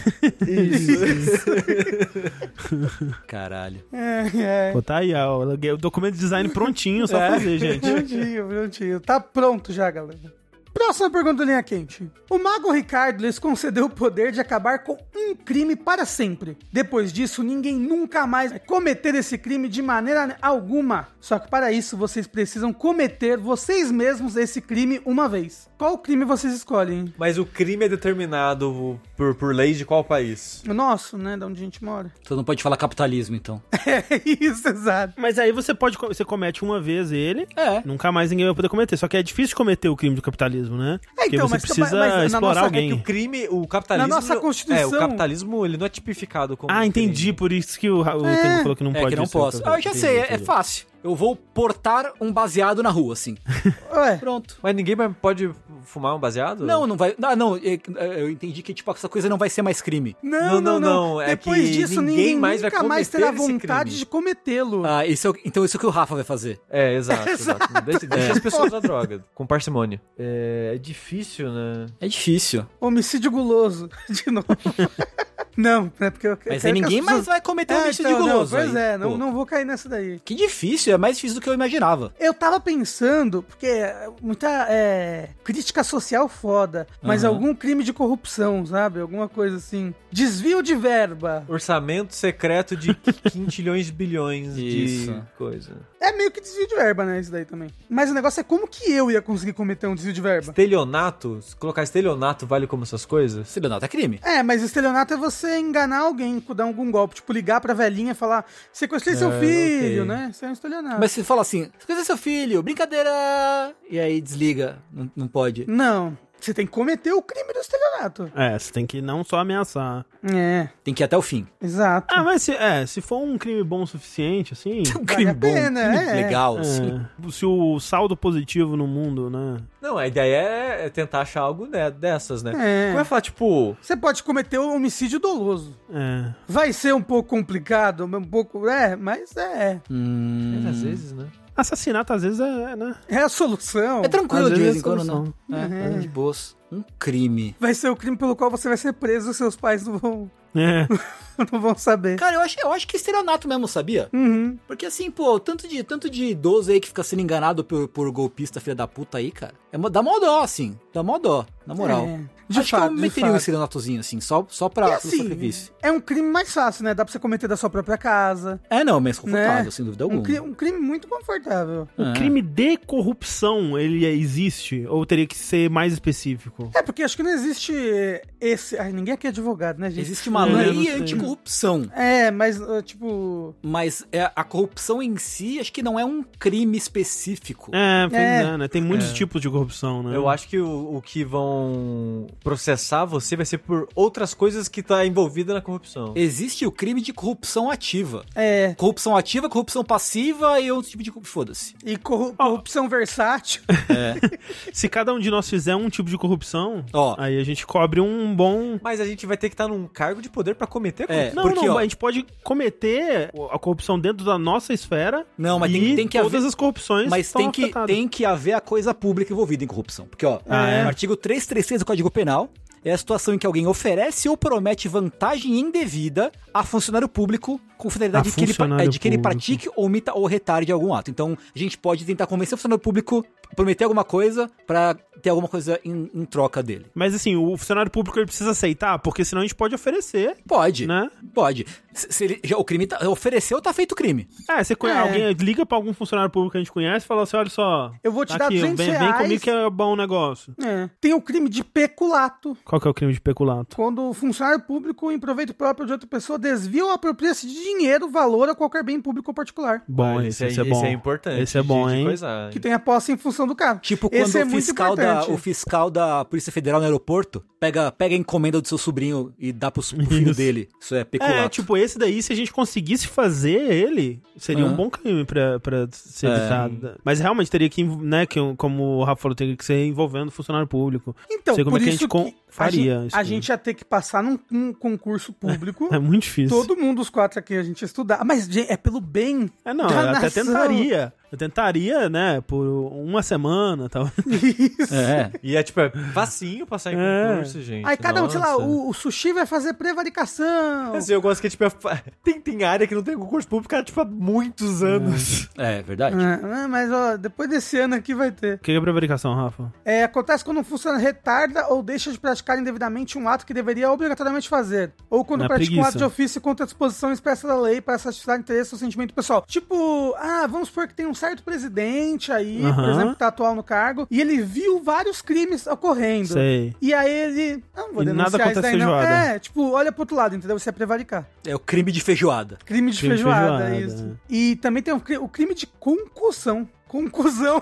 E: Caralho.
A: É, é.
B: Pô, tá aí, ó, o documento de design prontinho só fazer, gente.
A: Prontinho, prontinho. Tá pronto já, galera. Próxima pergunta do Linha Quente. O Mago Ricardo lhes concedeu o poder de acabar com um crime para sempre. Depois disso, ninguém nunca mais vai cometer esse crime de maneira alguma. Só que para isso, vocês precisam cometer vocês mesmos esse crime uma vez. Qual crime vocês escolhem?
D: Mas o crime é determinado por, por leis de qual país?
A: O nosso, né? Da onde a gente mora.
E: Tu não pode falar capitalismo, então.
A: É isso, exato.
B: Mas aí você pode, co- você comete uma vez ele,
E: É.
B: nunca mais ninguém vai poder cometer. Só que é difícil de cometer o crime do capitalismo, né? Porque
A: então,
B: você
A: mas-
B: precisa
A: mas na
B: explorar
A: nossa- é
B: alguém.
D: O crime, o capitalismo.
A: Na nossa Constituição-
D: É, o capitalismo ele não é tipificado como.
A: um
B: Ah, entendi.
D: crime.
B: Por isso que o, Ra- o Tango falou que não
E: é
B: pode.
E: que não
B: isso,
E: posso.
B: eu tô-
E: Ah, eu já
B: entendi,
E: sei, é, é
B: entendi.
E: fácil. Eu vou portar um baseado na rua, assim.
A: Ué,
E: Pronto.
D: Mas ninguém mais pode fumar um baseado?
E: Não, não vai. Ah, não, eu, eu entendi que, tipo, essa coisa não vai ser mais crime.
A: não, não,
D: Não,
A: não.
D: não, não, é
A: Depois
D: que
A: disso, ninguém,
D: ninguém mais vai
A: nunca mais terá
D: cometer esse
A: vontade
D: crime.
A: de cometê-lo.
E: Ah, isso é o- então isso é o que o Rafa vai fazer.
D: É, exato. exato. Deixa, deixa as pessoas usar droga, com parcimônia. É, é difícil, né?
E: É difícil.
A: Homicídio guloso. De novo. não, é porque eu eu
E: Mas aí
A: quero que
E: ninguém
A: as pessoas-
E: mais vai cometer o
A: É,
E: homicídio
A: então, não,
E: guloso.
A: Pois
E: aí.
A: é, não,
E: Pô.
A: não vou cair nessa daí.
E: Que difícil, é mais difícil do que eu imaginava.
A: Eu tava pensando, porque é, muita é, crítica social foda, mas
E: Aham.
A: algum crime de corrupção, sabe? Alguma coisa assim. Desvio de verba.
D: Orçamento secreto de quintilhões de bilhões
E: Isso.
D: de coisa.
A: É meio que desvio de verba, né? Isso daí também. Mas o negócio é como que eu ia conseguir cometer um desvio de verba?
D: Estelionato, se colocar estelionato vale como essas coisas?
E: Estelionato é crime.
A: É, mas estelionato é você enganar alguém, dar algum golpe. Tipo, ligar pra velhinha e falar, sequestrei seu
E: Ah,
D: É,
A: filho,
D: ok.
A: né? Isso é um estelionato.
E: Mas você fala assim, "Essa coisa é seu filho, brincadeira! E aí desliga, não, não pode.
A: Não, você tem que cometer o crime do estelionato.
B: É, você tem que não só ameaçar.
A: É,
E: Tem que ir até o fim.
A: exato.
B: Ah, mas se, é, se for um crime bom o suficiente, assim.
E: Um
A: Vale a pena, é.
E: legal, assim.
B: é, se o saldo positivo no mundo, né?
D: Não, a ideia é- é tentar achar algo né, dessas, né?
A: É.
D: Como é falar, tipo,
A: Você pode cometer o homicídio doloso.
B: É.
A: Vai ser um pouco complicado, um pouco. É, mas é.
E: Hum.
D: às vezes, né?
B: Assassinato às vezes é, é, né?
A: É a solução.
E: É tranquilo
B: Às
E: de
B: vezes
E: vez
B: é
E: em quando, não.
B: solução.
E: É, é de boas. Um crime.
A: Vai ser o crime pelo qual você vai ser preso, seus pais não vão,
B: É.
A: não vão saber.
E: Cara, eu acho, eu acho que é estelionato mesmo, sabia?
A: Uhum.
E: Porque assim, pô, tanto de, tanto de idoso aí que fica sendo enganado por, por golpista filha da puta aí, cara. É, mó- dá mó dó, assim. Dá mó dó, na moral.
A: É. De
E: acho
A: fato,
E: que eu
A: de
E: meteria um
A: fato.
E: estelionatozinho, assim, só, só
A: E
E: pra
A: assim,
E: superfície.
A: é um crime mais fácil, né? Dá pra você cometer da sua própria casa.
E: É, não, mas confortável,
A: Né?
E: sem dúvida
A: Um,
E: alguma.
A: cri- um crime muito confortável.
B: O
E: É.
B: Um crime de corrupção, ele existe? Ou teria que ser mais específico?
A: É, porque acho que não existe esse. Ai, ninguém aqui é advogado, né, gente?
E: Existe uma
B: Eu não
E: lei
B: sei.
E: anticorrupção,
A: É, mas, uh, tipo.
E: mas é, a corrupção em si acho que não é um crime específico.
B: É, pois
A: É.
B: é. né? Tem muitos tipos de corrupção, né?
D: Eu acho que o, o que vão processar você vai ser por outras coisas que tá envolvida na corrupção.
E: Existe o crime de corrupção ativa.
A: É.
E: Corrupção ativa, corrupção passiva e outro tipo de corrupção. Foda-se.
A: E corru- corrupção versátil.
B: Se cada um de nós fizer um tipo de corrupção,
E: Ó.
B: aí a gente cobre um bom.
D: Mas a gente vai ter que estar num cargo de poder pra cometer a
E: É.
D: corrupção.
B: Não,
E: porque,
B: não,
E: ó-
B: a gente pode cometer a corrupção dentro da nossa esfera.
E: Não, mas
B: e
E: tem, tem que
B: todas
E: haver.
B: as corrupções
E: Mas
B: estão
E: tem que,
B: afetadas.
E: tem que haver a coisa pública envolvida em corrupção. Porque, ó,
B: Ah, é?
E: artigo 336 do Código Penal é a situação em que alguém oferece ou promete vantagem indevida a funcionário público com finalidade
B: A
E: de que, ele, pa- é,
B: funcionário
E: de que ele
B: público.
E: pratique, omita ou retarde algum ato. Então, a gente pode tentar convencer o funcionário público a prometer alguma coisa pra ter alguma coisa em, em troca dele.
B: Mas assim, o funcionário público ele precisa aceitar, porque senão a gente pode oferecer,
E: Pode,
B: né?
E: pode. Se, se ele, já, o crime tá, ofereceu, tá feito o crime.
B: É, você conhe-
A: É.
B: alguém liga pra algum funcionário público que a gente conhece e fala assim: olha só.
A: Eu vou te
B: tá
A: dar
B: aqui,
A: 200
B: vem, vem
A: reais.
B: comigo que é bom negócio.
A: É. Tem o crime de peculato.
B: Qual que é o crime de peculato?
A: Quando o funcionário público, em proveito próprio de outra pessoa, desvia ou apropria-se de dinheiro, valor ou qualquer bem público ou particular.
B: Bom,
D: Ah,
B: esse,
D: aí-
B: esse é bom.
D: Esse é importante.
B: Esse é bom, hein?
D: coisar,
A: Que tenha posse em função do carro.
E: Tipo quando
A: Esse é
E: o,
A: muito
E: fiscal da,
A: importante.
E: o fiscal da Polícia Federal no aeroporto pega, pega a encomenda do seu sobrinho e dá pro, su- pro filho
B: Isso.
E: dele. Isso é peculato.
B: É, tipo, esse daí, se a gente conseguisse fazer ele, seria
D: É.
B: um
E: Aham.
B: bom crime pra, pra ser
E: É.
B: evitado. Mas realmente teria que, né, que, como o Rafa falou, teria que ser envolvendo o funcionário público.
A: Então,
B: Sei como
A: por
B: é que a
A: isso
B: gente con-
A: a
B: faria
A: gente,
B: isso
A: a
B: daí.
A: gente ia ter que passar num, num concurso público.
B: É muito difícil.
A: Todo mundo, os quatro aqui, a gente ia estudar. Ah, Mas, gente, é pelo bem.
B: É, não,
A: da
B: eu até
A: nação.
B: tentaria. Eu tentaria, né, por uma semana tal.
A: Isso.
E: É.
D: E é tipo, é facinho passar em
B: É.
D: concurso, gente.
A: Aí cada um, sei lá,
D: Nossa.
A: o, o sushi vai fazer prevaricação.
D: Assim, eu gosto que, tipo, é fa- tem, tem área que não tem concurso público, cara, tipo, há muitos anos.
E: É verdade.
A: Ah, mas ó, depois desse ano aqui vai ter.
B: O que é prevaricação, Rafa?
A: É, acontece quando um funcionário retarda ou deixa de praticar indevidamente um ato que deveria obrigatoriamente fazer. Ou quando
B: Na
A: pratica um
B: preguiça.
A: ato de ofício contra a disposição expressa da lei para satisfazer interesse ou sentimento pessoal. Tipo, ah, vamos supor que tem um certo presidente aí, por
B: Aham.
A: exemplo, que tá atual no cargo, e ele viu vários crimes ocorrendo.
B: Sei.
A: E aí ele. Não, vou
B: E
A: denunciar
B: nada
A: isso daí,
B: acontece
A: não.
B: feijoada.
A: É, tipo, olha pro outro lado, entendeu? Você é prevaricar.
E: É o crime de feijoada.
A: Crime de
B: Crime de
A: feijoada,
B: feijoada, é.
A: isso. E também tem o cri- o crime de concussão. Conclusão.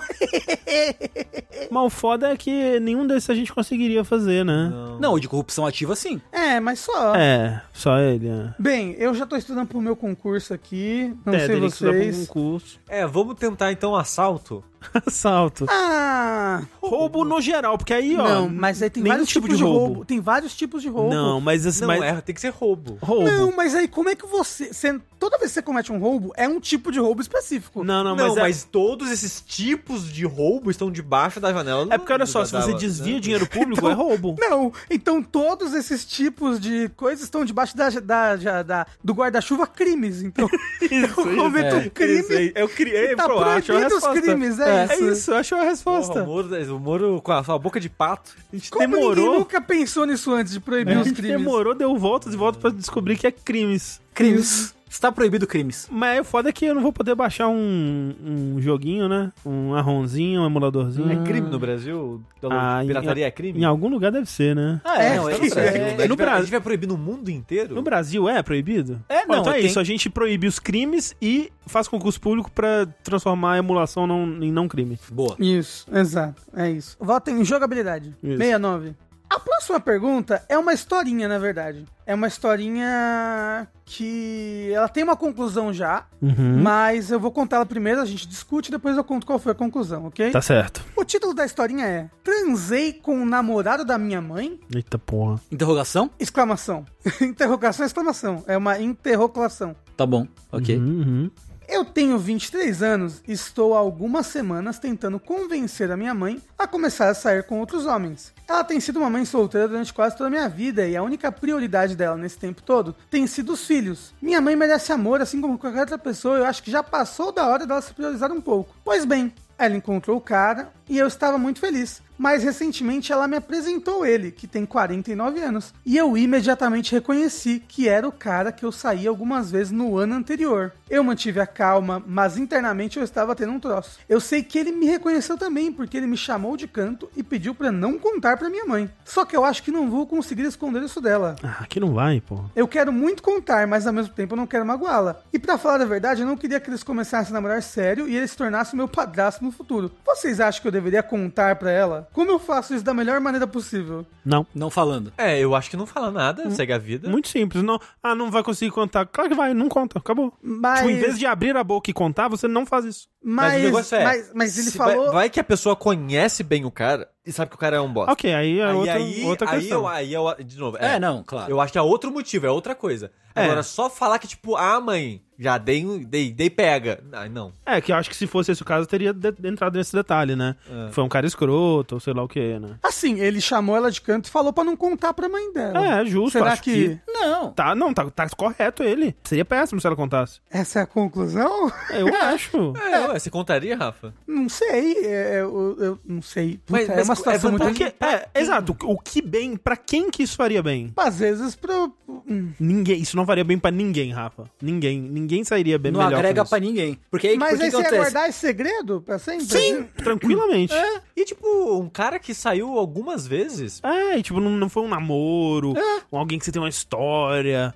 B: Mas o foda é que nenhum desses a gente conseguiria fazer, né?
E: Não, o de corrupção ativa sim.
A: É, mas só.
B: É, só ele. É.
A: Bem, eu já tô estudando pro meu concurso aqui. Não
B: é,
A: sei
B: teria que estudar pra um
A: vocês.
B: curso.
D: É, vamos tentar então assalto.
B: Assalto.
A: Ah,
B: Roubo no geral, porque aí, ó.
A: não, mas aí tem
B: nenhum
A: vários
B: tipo
A: tipos
B: de
A: de roubo.
B: roubo.
A: Tem vários tipos de roubo.
B: Não, mas esse.
D: Não,
B: mas-
D: é, tem que ser roubo.
B: Roubo.
A: Não, mas aí como é que você, você- Toda vez que você comete um roubo, é um tipo de roubo específico.
B: Não, não,
D: Não,
B: mas,
D: mas,
B: é-
D: todos esses tipos de roubo estão debaixo da janela.
B: é, porque olha só,
D: da-
B: se
D: da-
B: você
D: da-
B: desvia dinheiro público, é roubo.
A: Não, então todos esses tipos de coisas estão debaixo da, da- da- da- do guarda-chuva crimes. Então, eu cometo
B: É.
A: um crime.
B: Isso aí.
D: é
B: Eu criei,
A: e tá
B: pô, eu acho a
A: proibido os
B: resposta.
A: crimes, é,
B: É
A: isso.
B: isso, eu acho a
D: Porra,
B: resposta.
D: o Moro, é, o Moro com a sua boca de pato.
B: a gente
A: Como ninguém
B: demorou. É,
A: nunca pensou nisso antes de proibir
B: A
A: os
B: gente
A: crimes?
B: demorou, deu voltas e voltas pra descobrir que é crimes.
E: Crimes. Está proibido crimes.
B: Mas o foda é que eu não vou poder baixar um, um joguinho, né? Um arronzinho, um emuladorzinho.
D: É crime no Brasil? Então,
B: Ah, em-
D: pirataria é crime?
B: Em algum lugar deve ser, né?
E: Ah,
A: É,
E: não,
A: é
E: no
A: isso,
E: Brasil.
B: é
D: É, a
B: no
D: gente vai-
B: Brasil.
D: A gente vai proibir no mundo inteiro?
B: No Brasil é proibido?
E: É,
B: Bom,
E: não,
B: então é
E: tem-
B: isso, a gente proíbe os crimes e faz concurso público pra transformar a emulação não- em não crime.
E: Boa.
A: Isso, exato, é isso. Votem em jogabilidade.
B: Isso.
A: 69. A próxima pergunta é uma historinha, na verdade. É uma historinha que ela tem uma conclusão já,
B: Uhum. Hum?
A: mas eu vou contar ela primeiro, a gente discute e depois eu conto qual foi a conclusão, ok?
B: Tá certo.
A: O título da historinha é Transei com o namorado da minha mãe?
B: Eita porra.
E: Interrogação?
A: Exclamação. Interrogação, exclamação. É uma interroclação.
E: Tá bom, ok.
B: Uhum.
A: Eu tenho 23 anos e estou há algumas semanas tentando convencer a minha mãe a começar a sair com outros homens. Ela tem sido uma mãe solteira durante quase toda a minha vida e a única prioridade dela nesse tempo todo tem sido os filhos. Minha mãe merece amor, assim como qualquer outra pessoa, eu acho que já passou da hora dela se priorizar um pouco. Pois bem, ela encontrou o cara e eu estava muito feliz. Mas recentemente ela me apresentou ele, que tem 49 anos, e eu imediatamente reconheci que era o cara que eu saí algumas vezes no ano anterior. Eu mantive a calma, mas internamente eu estava tendo um troço. Eu sei que ele me reconheceu também, porque ele me chamou de canto e pediu pra não contar pra minha mãe. Só que eu acho que não vou conseguir esconder isso dela.
B: Ah, aqui não vai, porra.
A: Eu quero muito contar, mas ao mesmo tempo eu não quero magoá-la. E pra falar a verdade, eu não queria que eles começassem a namorar sério e ele se tornasse meu padrasto no futuro. Vocês acham que eu deveria contar pra ela? Como eu faço isso da melhor maneira possível?
B: Não.
E: Não falando.
D: É, eu acho que não fala
B: Hum.
D: nada, segue a vida.
B: Muito simples. Não, ah, não vai conseguir contar. Claro que vai, não conta. Acabou.
A: Mas.
B: Tipo, em vez de abrir a boca e contar, você não faz isso.
A: mas,
D: Mas o negócio é,
A: mas, mas ele
D: Se
A: falou.
D: Vai, vai que a pessoa conhece bem o cara e sabe que o cara é um bosta.
B: Ok, aí é
D: Aí-
B: outra,
D: aí,
B: outra
D: aí
B: questão.
D: eu- aí eu- de novo,
E: É,
D: é,
E: não, claro.
D: eu acho que é outro motivo, é outra coisa.
B: É.
D: Agora, só falar que, tipo, ah, mãe, já dei, um- dei, dei pega. Ah, não.
B: É, que eu acho que se fosse esse o caso, teria de- entrado nesse detalhe, né? Foi um cara escroto, ou sei lá o que, né?
A: Assim, ele chamou ela de canto e falou pra não contar pra mãe dela.
B: É, justo.
A: Será
B: acho
A: que...
E: Não.
B: Tá, não, tá, tá correto ele. Seria péssimo se ela contasse.
A: essa é a conclusão?
B: Eu acho.
D: É, ué, você contaria, Rafa?
A: Não sei. é, eu, eu não sei. Puta,
D: Mas-
A: é
D: mas
A: uma
D: é
A: situação muito.
B: Porque, é, exato. O que bem, pra quem que isso faria bem?
A: Às vezes, pro. hum,
B: Ninguém, isso não faria bem pra ninguém, Rafa. Ninguém, ninguém sairia bem
E: Não
B: melhor.
E: agrega
B: com
E: pra ninguém. Porque aí,
A: Mas
E: por que
A: aí
E: que
A: você ia
E: acontece?
A: guardar esse segredo pra sempre?
B: isso. Sim, tranquilamente. É,
D: E, tipo, um cara que saiu algumas vezes.
B: e, tipo, não, não foi um namoro, com alguém que você tem uma história.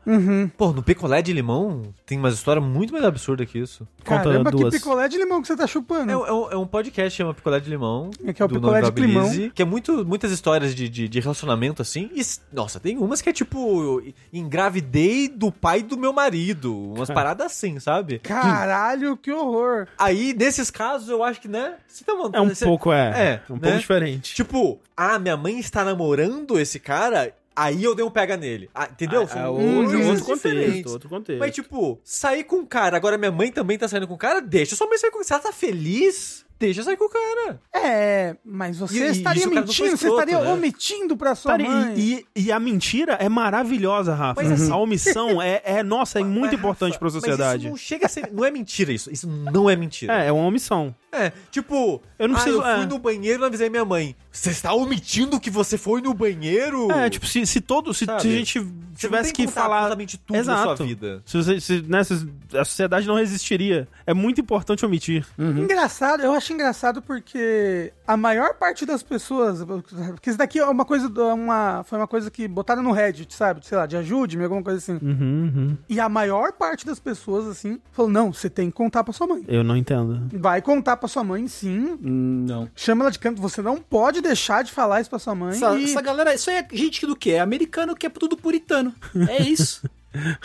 D: Pô, no picolé de limão tem uma história muito mais absurda que isso.
B: Conta
A: Caramba,
B: duas.
A: que picolé de limão que você tá chupando.
D: É, um- é um- é um podcast que chama Picolé de Limão.
A: É que é o
D: do
A: Picolé
D: Nando
A: de Climão.
D: Abelize, Que é muito, muitas histórias de, de, de relacionamento assim. E, s- nossa, tem umas que é tipo: eu engravidei do pai do meu marido.
A: É.
D: Umas paradas assim, sabe?
A: Caralho, que horror.
D: Aí, nesses casos, eu acho que, né? Você tá
B: É um pouco, é.
D: É,
B: um
D: né?
B: pouco diferente.
D: Tipo, ah, minha mãe está namorando esse cara, aí eu dei um pega nele. Ah, entendeu?
B: É, é
D: São
B: outro,
D: coisas
B: outro contexto,
D: diferentes.
B: outro contexto.
D: Mas, tipo, sair com o cara, agora minha mãe também tá saindo com o cara, deixa sua mãe sair com o cara. Se ela tá feliz, deixa sair com o cara.
A: É, mas você
D: E- e
A: estaria
D: isso o cara não foi
A: mentindo, você
D: escroto,
A: estaria
D: né?
A: omitindo pra sua
B: Cara, e-
A: mãe.
B: e, e a mentira é maravilhosa, Rafa.
D: Mas assim-
B: a omissão é, é, nossa, é
D: Mas,
B: muito
D: Rafa,
B: importante pra
D: mas
B: sociedade.
D: isso não chega a ser. Não é mentira isso. Isso não é mentira.
B: É, é uma omissão.
D: É, tipo,
B: Eu não preciso-
D: ah, eu fui
B: é.
D: no banheiro e não avisei minha mãe. Você está omitindo que você foi no banheiro?
B: É, tipo, se, se todo. Se, se a
D: Uh. Sabe?
B: gente
D: Você não
B: tivesse
D: tem
B: que
D: como dar
B: falar.
D: absolutamente tudo
B: Exato.
D: da sua vida.
B: Se você, se, né, se- a sociedade não resistiria. É muito importante omitir.
A: Hum?
D: Uhum.
A: Engraçado, eu acho acho engraçado porque a maior parte das pessoas. Porque isso daqui é uma coisa. do- Uma, foi uma coisa que botaram no Reddit, sabe? Sei lá, de ajude-me, alguma coisa assim.
B: Uhum, uhum.
A: E a maior parte das pessoas, assim, falou: não, você tem que contar pra sua mãe.
B: Eu não entendo.
A: Vai contar pra sua mãe, sim.
E: Não.
A: Chama ela de canto. Você não pode deixar de falar isso pra sua mãe.
E: Essa,
A: e-
E: essa galera, isso aí é gente que do que? É americano que é tudo puritano. É isso.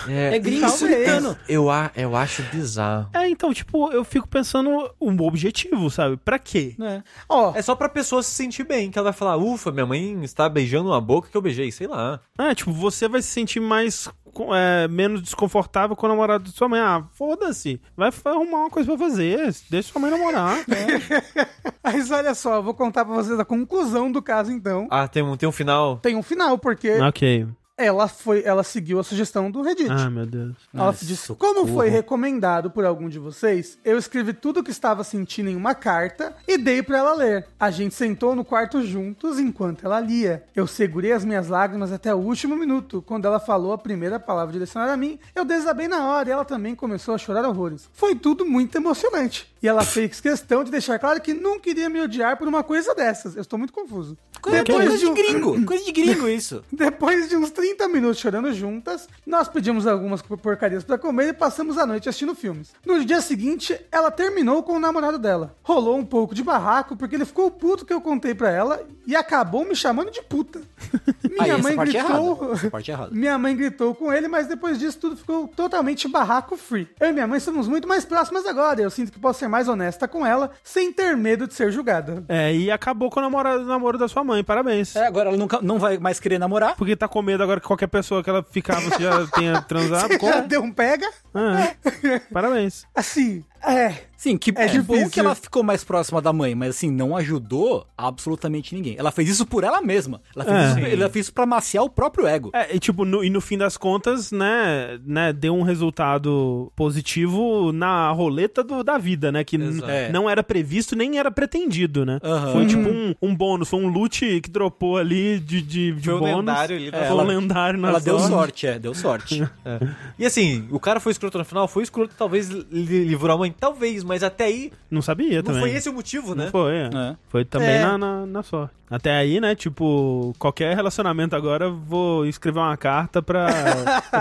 E: É gringo
A: talvez.
E: puritano.
D: Eu, a- eu acho bizarro.
B: É, então, tipo, eu fico pensando um objetivo, sabe? Pra quê?
E: né?
A: Ó,
D: É só pra pessoa se sentir bem, que ela vai falar, ufa, minha mãe está beijando uma boca que eu beijei, sei lá.
B: Ah, tipo, você vai se sentir mais. co- é, menos desconfortável com o namorado de sua mãe. Ah, foda-se. Vai f- arrumar uma coisa pra fazer. Deixa sua mãe namorar.
A: mas olha só, eu vou contar pra vocês a conclusão do caso, então.
D: Ah, tem um, tem um final.
A: Tem um final, porque
B: ok.
A: ela foi. Ela seguiu a sugestão do Reddit.
B: Ah, meu Deus.
A: Ela
E: Ah,
A: disse,
E: socorro.
A: como foi recomendado por algum de vocês, eu escrevi tudo o que estava sentindo em uma carta e dei para ela ler. A gente sentou no quarto juntos enquanto ela lia. Eu segurei as minhas lágrimas até o último minuto. Quando ela falou a primeira palavra direcionada a mim, eu desabei na hora e ela também começou a chorar horrores. Foi tudo muito emocionante. E ela fez questão de deixar claro que não queria me odiar por uma coisa dessas. Eu estou muito confuso.
E: Coisa,
A: Depois
E: É coisa
A: de
E: de
A: um-
E: gringo. Coisa de gringo isso.
A: depois de uns 30 minutos chorando juntas, nós pedimos algumas porcarias pra comer e passamos a noite assistindo filmes. No dia seguinte, ela terminou com o namorado dela. Rolou um pouco de barraco porque ele ficou puto que eu contei pra ela e acabou me chamando de puta. Minha
E: aí,
A: mãe
E: essa parte é
A: gritou.
E: errada. Essa parte é errada.
A: Minha mãe gritou com ele, mas depois disso tudo ficou totalmente barraco free. Eu e minha mãe somos muito mais próximas agora. e Eu sinto que posso ser mais honesta com ela sem ter medo de ser julgada.
B: É, e acabou com o namorado, namoro da sua mãe. Parabéns.
E: É, agora ela nunca, não vai mais querer namorar.
B: Porque tá com medo agora que qualquer pessoa que ela ficar, você já tenha transado com.
A: Já deu um pega?
B: Ah, é. Parabéns.
A: Assim, é.
E: Sim, que
A: É
E: é bom que
A: difícil.
E: ela ficou mais próxima da mãe, mas assim, não ajudou absolutamente ninguém. Ela fez isso por ela mesma. Ela fez,
B: É.
E: isso, ela fez isso pra maciar o próprio ego.
B: É, e tipo, no, e no fim das contas, né, né, deu um resultado positivo na roleta do- da vida, né, que n-
D: Exato.
E: É.
B: não era previsto nem era pretendido, né.
E: Aham.
B: Foi tipo um, um bônus, foi um loot que dropou ali de, de, de
D: Foi um
B: bônus.
D: lendário ali,
B: Foi
D: né?
B: um
E: Ela-
B: lendário na
E: Ela deu
B: sorte.
E: sorte, é, deu sorte.
D: E assim, o cara foi escroto no final? Foi escroto, talvez li- livrou a mãe, talvez, mas até aí
B: Não sabia
D: não
B: também.
D: foi esse o motivo, né?
B: Não foi, é.
E: É.
B: Foi também
A: É.
B: na, na, na sorte. Até aí, né, tipo, qualquer relacionamento agora, eu vou escrever uma carta pra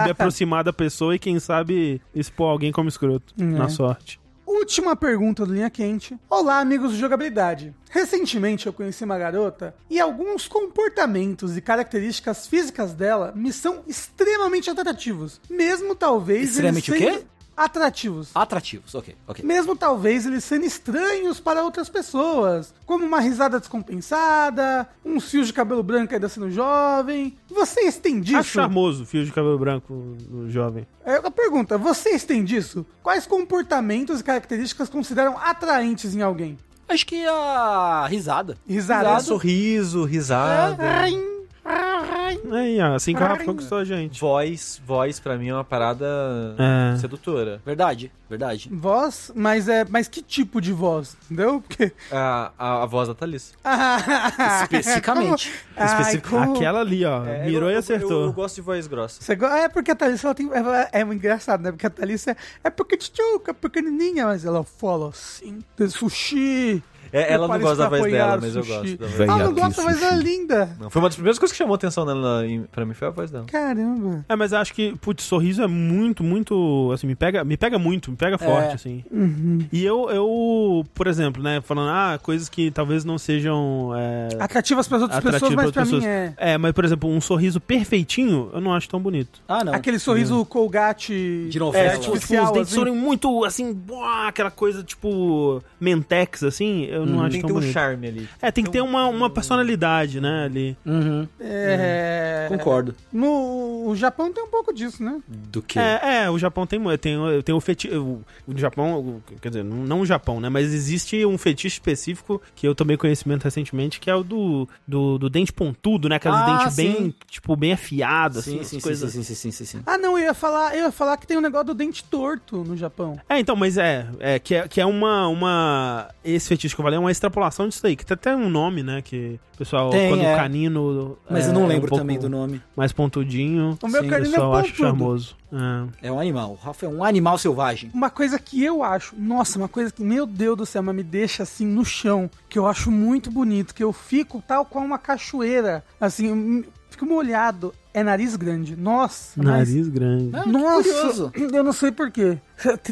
B: me aproximar da pessoa e quem sabe expor alguém como escroto,
D: É.
B: na sorte.
A: Última pergunta do Linha Quente. Olá, amigos de jogabilidade. Recentemente eu conheci uma garota e alguns comportamentos e características físicas dela me são extremamente atrativos. Mesmo talvez. eles
E: Extremamente o quê? Ah.
A: sendo Atrativos.
E: Atrativos, ok, ok.
A: Mesmo talvez eles sendo estranhos para outras pessoas, como uma risada descompensada, um fio de cabelo branco ainda sendo jovem. Vocês têm
E: Ah,
A: disso?
B: Acho charmoso, fio de cabelo branco no jovem.
A: É uma pergunta, vocês têm disso? Quais comportamentos e características consideram atraentes em alguém?
E: Acho que a risada.
A: Risada.
D: Sorriso, risada.
B: É, e assim que o Rafa conquistou a gente.
D: Voz, voz pra mim é uma parada
B: É.
D: sedutora.
E: Verdade, verdade.
A: Voz, mas é, mas que tipo de voz, entendeu? Porque
D: A, a, a voz da Thalissa.
E: Especificamente.
A: Ai,
D: Especific-
A: como-
B: Aquela ali, ó,
D: É,
B: mirou
D: eu-
B: e
D: eu-
B: acertou.
D: Eu, eu gosto de voz grossa.
A: Você go- É porque a Thalissa ela tem. É, é engraçado, né? Porque a Thalissa é porque tchutchuca, pequenininha, mas ela fala assim: "Tem sushi.
D: É, ela não
A: prepare-se
D: gosta da
A: pra
D: voz dela,
A: apoiar
D: mas eu gosto da voz
A: Ela
D: dela.
A: não gosta, mas ela é linda.
D: Não, Foi uma das primeiras coisas que chamou atenção nela em- pra mim, foi a voz dela.
A: Caramba.
B: É, mas acho que, putz, sorriso é muito, muito, assim, me pega, me pega muito, me
D: É.
B: pega forte, assim.
D: Uhum.
B: E eu, eu, por exemplo, né, falando, ah, coisas que talvez não sejam é,
A: Atrativas para outras
B: atrativas
A: pessoas, mas
B: pras
A: pra
B: pessoas.
A: mim é.
B: mas, por exemplo, um sorriso perfeitinho, eu não acho tão bonito.
E: Ah, não.
A: Aquele sorriso colgate.
E: De novela.
A: é,
E: Tipo, tipo, os
A: artificial,
B: os dentes
A: assim.
B: sorem muito, assim, buá, aquela coisa, tipo, mentex, assim, eu
A: Uhum.
B: não acho
D: Tem que
B: tão
D: ter um
B: bonito.
D: charme ali.
B: É, tem que ter uma, uma personalidade, né, ali.
E: Uhum,
A: É...
E: Concordo.
A: No o Japão tem um pouco disso, né?
E: Do que?
B: É, é, o Japão tem, mu- tem, o- tem o fetiche. O um o Japão, o- quer dizer, não não o Japão, né? Mas existe um fetiche específico que eu tomei conhecimento recentemente, que é o do, do, do dente pontudo, né? Aquelas
E: Ah,
B: dentes bem,
E: sim.
B: tipo, bem afiadas, assim,
E: Sim,
B: essas
E: sim, sim,
B: coisas.
E: sim, sim, sim, sim, sim, sim.
A: Ah, não, eu ia falar, eu ia falar que tem um negócio do dente torto no Japão.
B: É, então, mas é, é que é, que é uma, uma. Esse fetiche que eu falei, é uma extrapolação disso aí, que tem até um nome, né? Que o pessoal,
E: Tem,
B: quando
E: é.
B: o canino.
E: Mas
B: é,
E: eu não
B: é um
E: lembro
B: pouco
E: também do nome.
B: Mais pontudinho.
A: O meu
E: Sim,
B: O
A: carinho é
B: pessoal acha
A: pontudo.
B: charmoso. É.
E: É um animal. O Rafa é um animal selvagem.
A: Uma coisa que eu acho, nossa, uma coisa que, meu Deus do céu, mas me deixa assim no chão, que eu acho muito bonito, que eu fico tal qual uma cachoeira, assim, eu me- fico molhado. É nariz grande, nossa. mas-
B: Nariz grande.
E: Ah, que
A: Nossa,
E: curioso.
A: eu não sei porquê.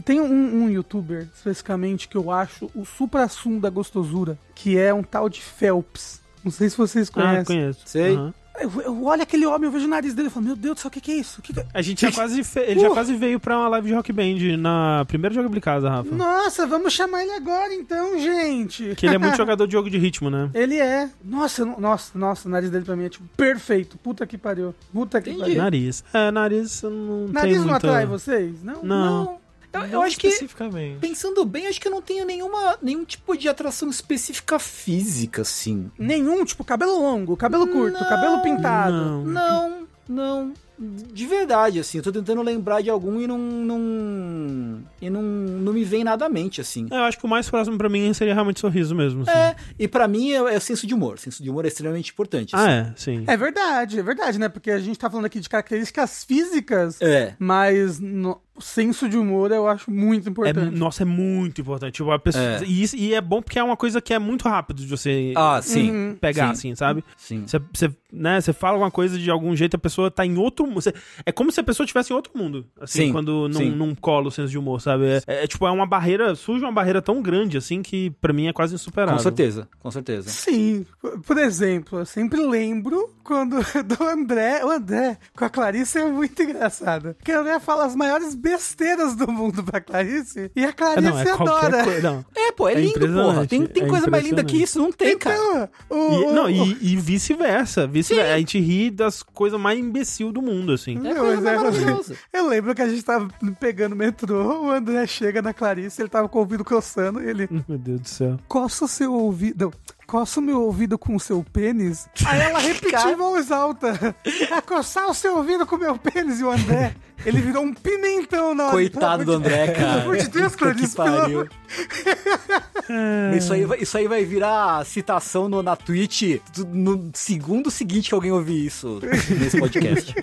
A: Tem um, um youtuber, especificamente, que eu acho o supra-sumo da gostosura, que é um tal de Phelps. Não sei se vocês
B: Ah,
A: conhecem.
B: conheço.
E: Sei.
B: Aham.
A: eu, eu olho aquele homem, eu vejo o nariz dele e falo, meu Deus do céu, o que, que é isso? O que que é-
B: A gente já quase. fe- Ele
A: Uh!
B: já quase veio pra uma live de rock band na primeira jogabilicada, Rafa.
A: Nossa, vamos chamar ele agora então, gente.
B: Que ele é muito jogador de jogo de ritmo, né?
A: Ele é. Nossa, eu não- nossa, nossa, o nariz dele pra mim é tipo perfeito. Puta que pariu. Puta que pariu.
B: Nariz. É, nariz eu não
A: Nariz
B: tem
A: não
B: muita...
A: atrai vocês? Não.
B: Não.
E: Eu, eu
D: Não
E: acho que,
D: Especificamente.
E: pensando bem, acho que eu não tenho nenhuma, nenhum tipo de atração específica física, assim.
A: Nenhum, tipo, cabelo longo, cabelo curto, cabelo pintado.
B: Não.
E: Não, não. De verdade, assim. Eu tô tentando lembrar de algum e não. não e não, não me vem nada à mente, assim.
B: É, eu acho que o mais próximo pra mim seria realmente sorriso mesmo. assim.
E: É, e pra mim é, é o senso de humor. O senso de humor é extremamente importante.
B: Ah, é, sim.
A: É verdade, é verdade, né? Porque a gente tá falando aqui de características físicas,
E: é. é.
A: mas no- o senso de humor eu acho muito
B: É-
A: importante.
B: nossa, é muito importante. Tipo, a pessoa,
E: É.
B: E, isso- e é bom porque é uma coisa que é muito rápido de você
E: Ah, sim.
A: Uhum.
B: pegar,
E: sim.
B: assim, sabe?
E: Sim.
B: Você, você, né, você fala uma coisa de algum jeito, a pessoa tá em outro mundo. Você- É como se a pessoa estivesse em outro mundo. Assim,
E: Sim,
B: quando não,
E: sim.
B: não cola o senso de humor, sabe? É, é, tipo, é uma barreira, surge uma barreira tão grande, assim, que pra mim é quase insuperável.
E: Com certeza, com certeza.
A: Né? Sim, por- por exemplo, eu sempre lembro quando do André, o André com a Clarice é muito engraçado. Porque o André fala as maiores besteiras do mundo pra Clarice e a
B: É,
A: Clarice
B: não, é
A: Ah, adora.
B: qualquer coisa. Não.
E: É, pô, é,
B: É
E: lindo, porra. Tem,
B: impressionante,
E: tem
B: é
E: coisa mais linda que
B: impressionante.
E: isso? Não tem, cara.
A: O,
B: E,
A: o-
B: não,
A: o-
B: e, e vice-versa. Vice a gente ri das coisas mais imbecil do mundo, assim.
E: É a
A: Não,
E: coisa
A: mas
E: mais
A: é-
E: maravilhosa.
A: Eu lembro que a gente tava pegando o metrô, o André chega na Clarice, ele tava com o ouvido coçando e ele
B: Meu Deus do céu.
A: coça o seu ouvido. Coça o meu ouvido com o seu pênis. Aí ela repetiu em voz alta. A coçar o seu ouvido com o meu pênis e o André. Ele virou um pimentão na hora.
E: Coitado do
A: Pelo amor de-
E: André, cara.
A: Pelo amor de Deus,
E: Puta
A: Clarice,
E: que
A: pelo
E: pariu.
A: amor-
E: Isso aí, vai- isso aí vai virar citação no, na Twitch do- no segundo seguinte que alguém ouvir isso nesse podcast.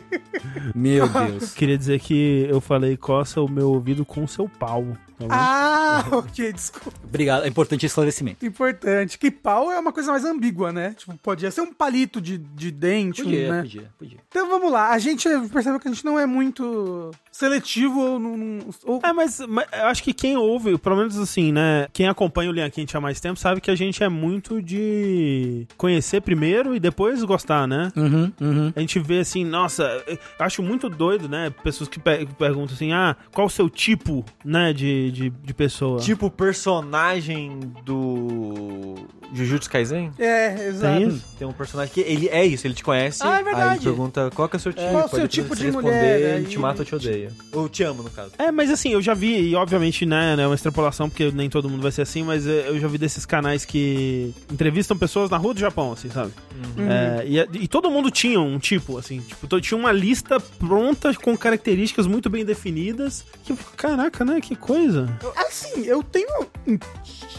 E: Meu Deus.
B: Queria dizer que eu falei coça o meu ouvido com o seu pau. tá bom?
A: Ah, ok, desculpa.
E: Obrigado. É importante esclarecimento.
A: Importante. Que pau é uma coisa mais ambígua, né? Tipo, podia ser um palito de, de dente, um, né?
E: podia, podia.
A: Então vamos lá, a gente percebeu que a gente não é muito seletivo ou não. não- ou-
B: É, mas, mas eu acho que quem ouve, pelo menos assim, né? Quem acompanha o Linha Quente há mais tempo sabe que a gente é muito de conhecer primeiro e depois gostar, né?
E: Uhum, uhum.
B: A gente vê assim, nossa, eu acho muito doido, né? Pessoas que pe- perguntam assim, ah, qual o seu tipo, né, de, de, de pessoa?
D: Tipo personagem do Jujutsu Kaisen?
A: É, exato.
B: Tem isso?
D: Tem um personagem que ele é isso, ele te conhece.
E: Ah, é
D: Aí
E: verdade.
D: ele pergunta qual que é o seu tipo.
A: Qual o
D: aí
A: seu
D: depois
A: tipo
D: você
A: de
D: responder,
A: mulher, aí
D: Ele te mata ou te odeia. Ou te amo, no caso.
B: É, mas assim, eu já vi, e obviamente, né, é uma extrapolação, porque nem todo mundo vai ser assim, mas eh, eu já vi desses canais que entrevistam pessoas na rua do Japão, assim, sabe?
A: Uhum.
B: É, e, e todo mundo tinha um tipo, assim, tipo, to- tinha uma lista pronta com características muito bem definidas. Que, eu fico, caraca, né, que coisa.
A: Assim, eu tenho um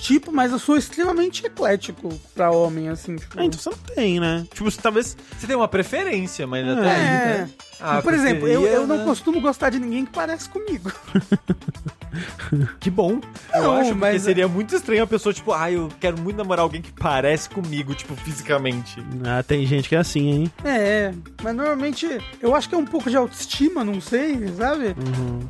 A: tipo, mas eu sou extremamente eclético pra homem, assim. Tipo,
B: Ah, então você não tem, né? Tipo, você talvez.
D: Você tem uma preferência, mas até aí,
A: é.
D: né? Ah,
A: Por exemplo, eu,
D: preferia,
A: eu não
D: né?
A: costumo gostar de ninguém que parece comigo.
D: Que bom. eu
A: Não,
D: acho porque
A: mas-
D: seria muito estranho a pessoa, tipo, ah, eu quero muito namorar alguém que parece comigo, tipo, fisicamente.
B: Ah, tem gente que é assim, hein?
A: É, mas normalmente eu acho que é um pouco de autoestima, não sei, sabe?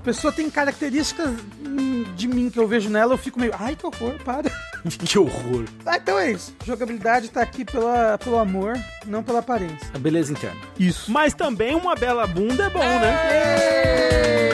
A: A pessoa tem características hum, de mim que eu vejo nela, eu fico meio, ai que horror, para.
E: Que horror.
A: Ah, então é isso. Jogabilidade tá aqui pela, pelo amor, não pela aparência.
E: A beleza interna.
B: Isso. Mas também uma bela bunda é bom, né?
A: É.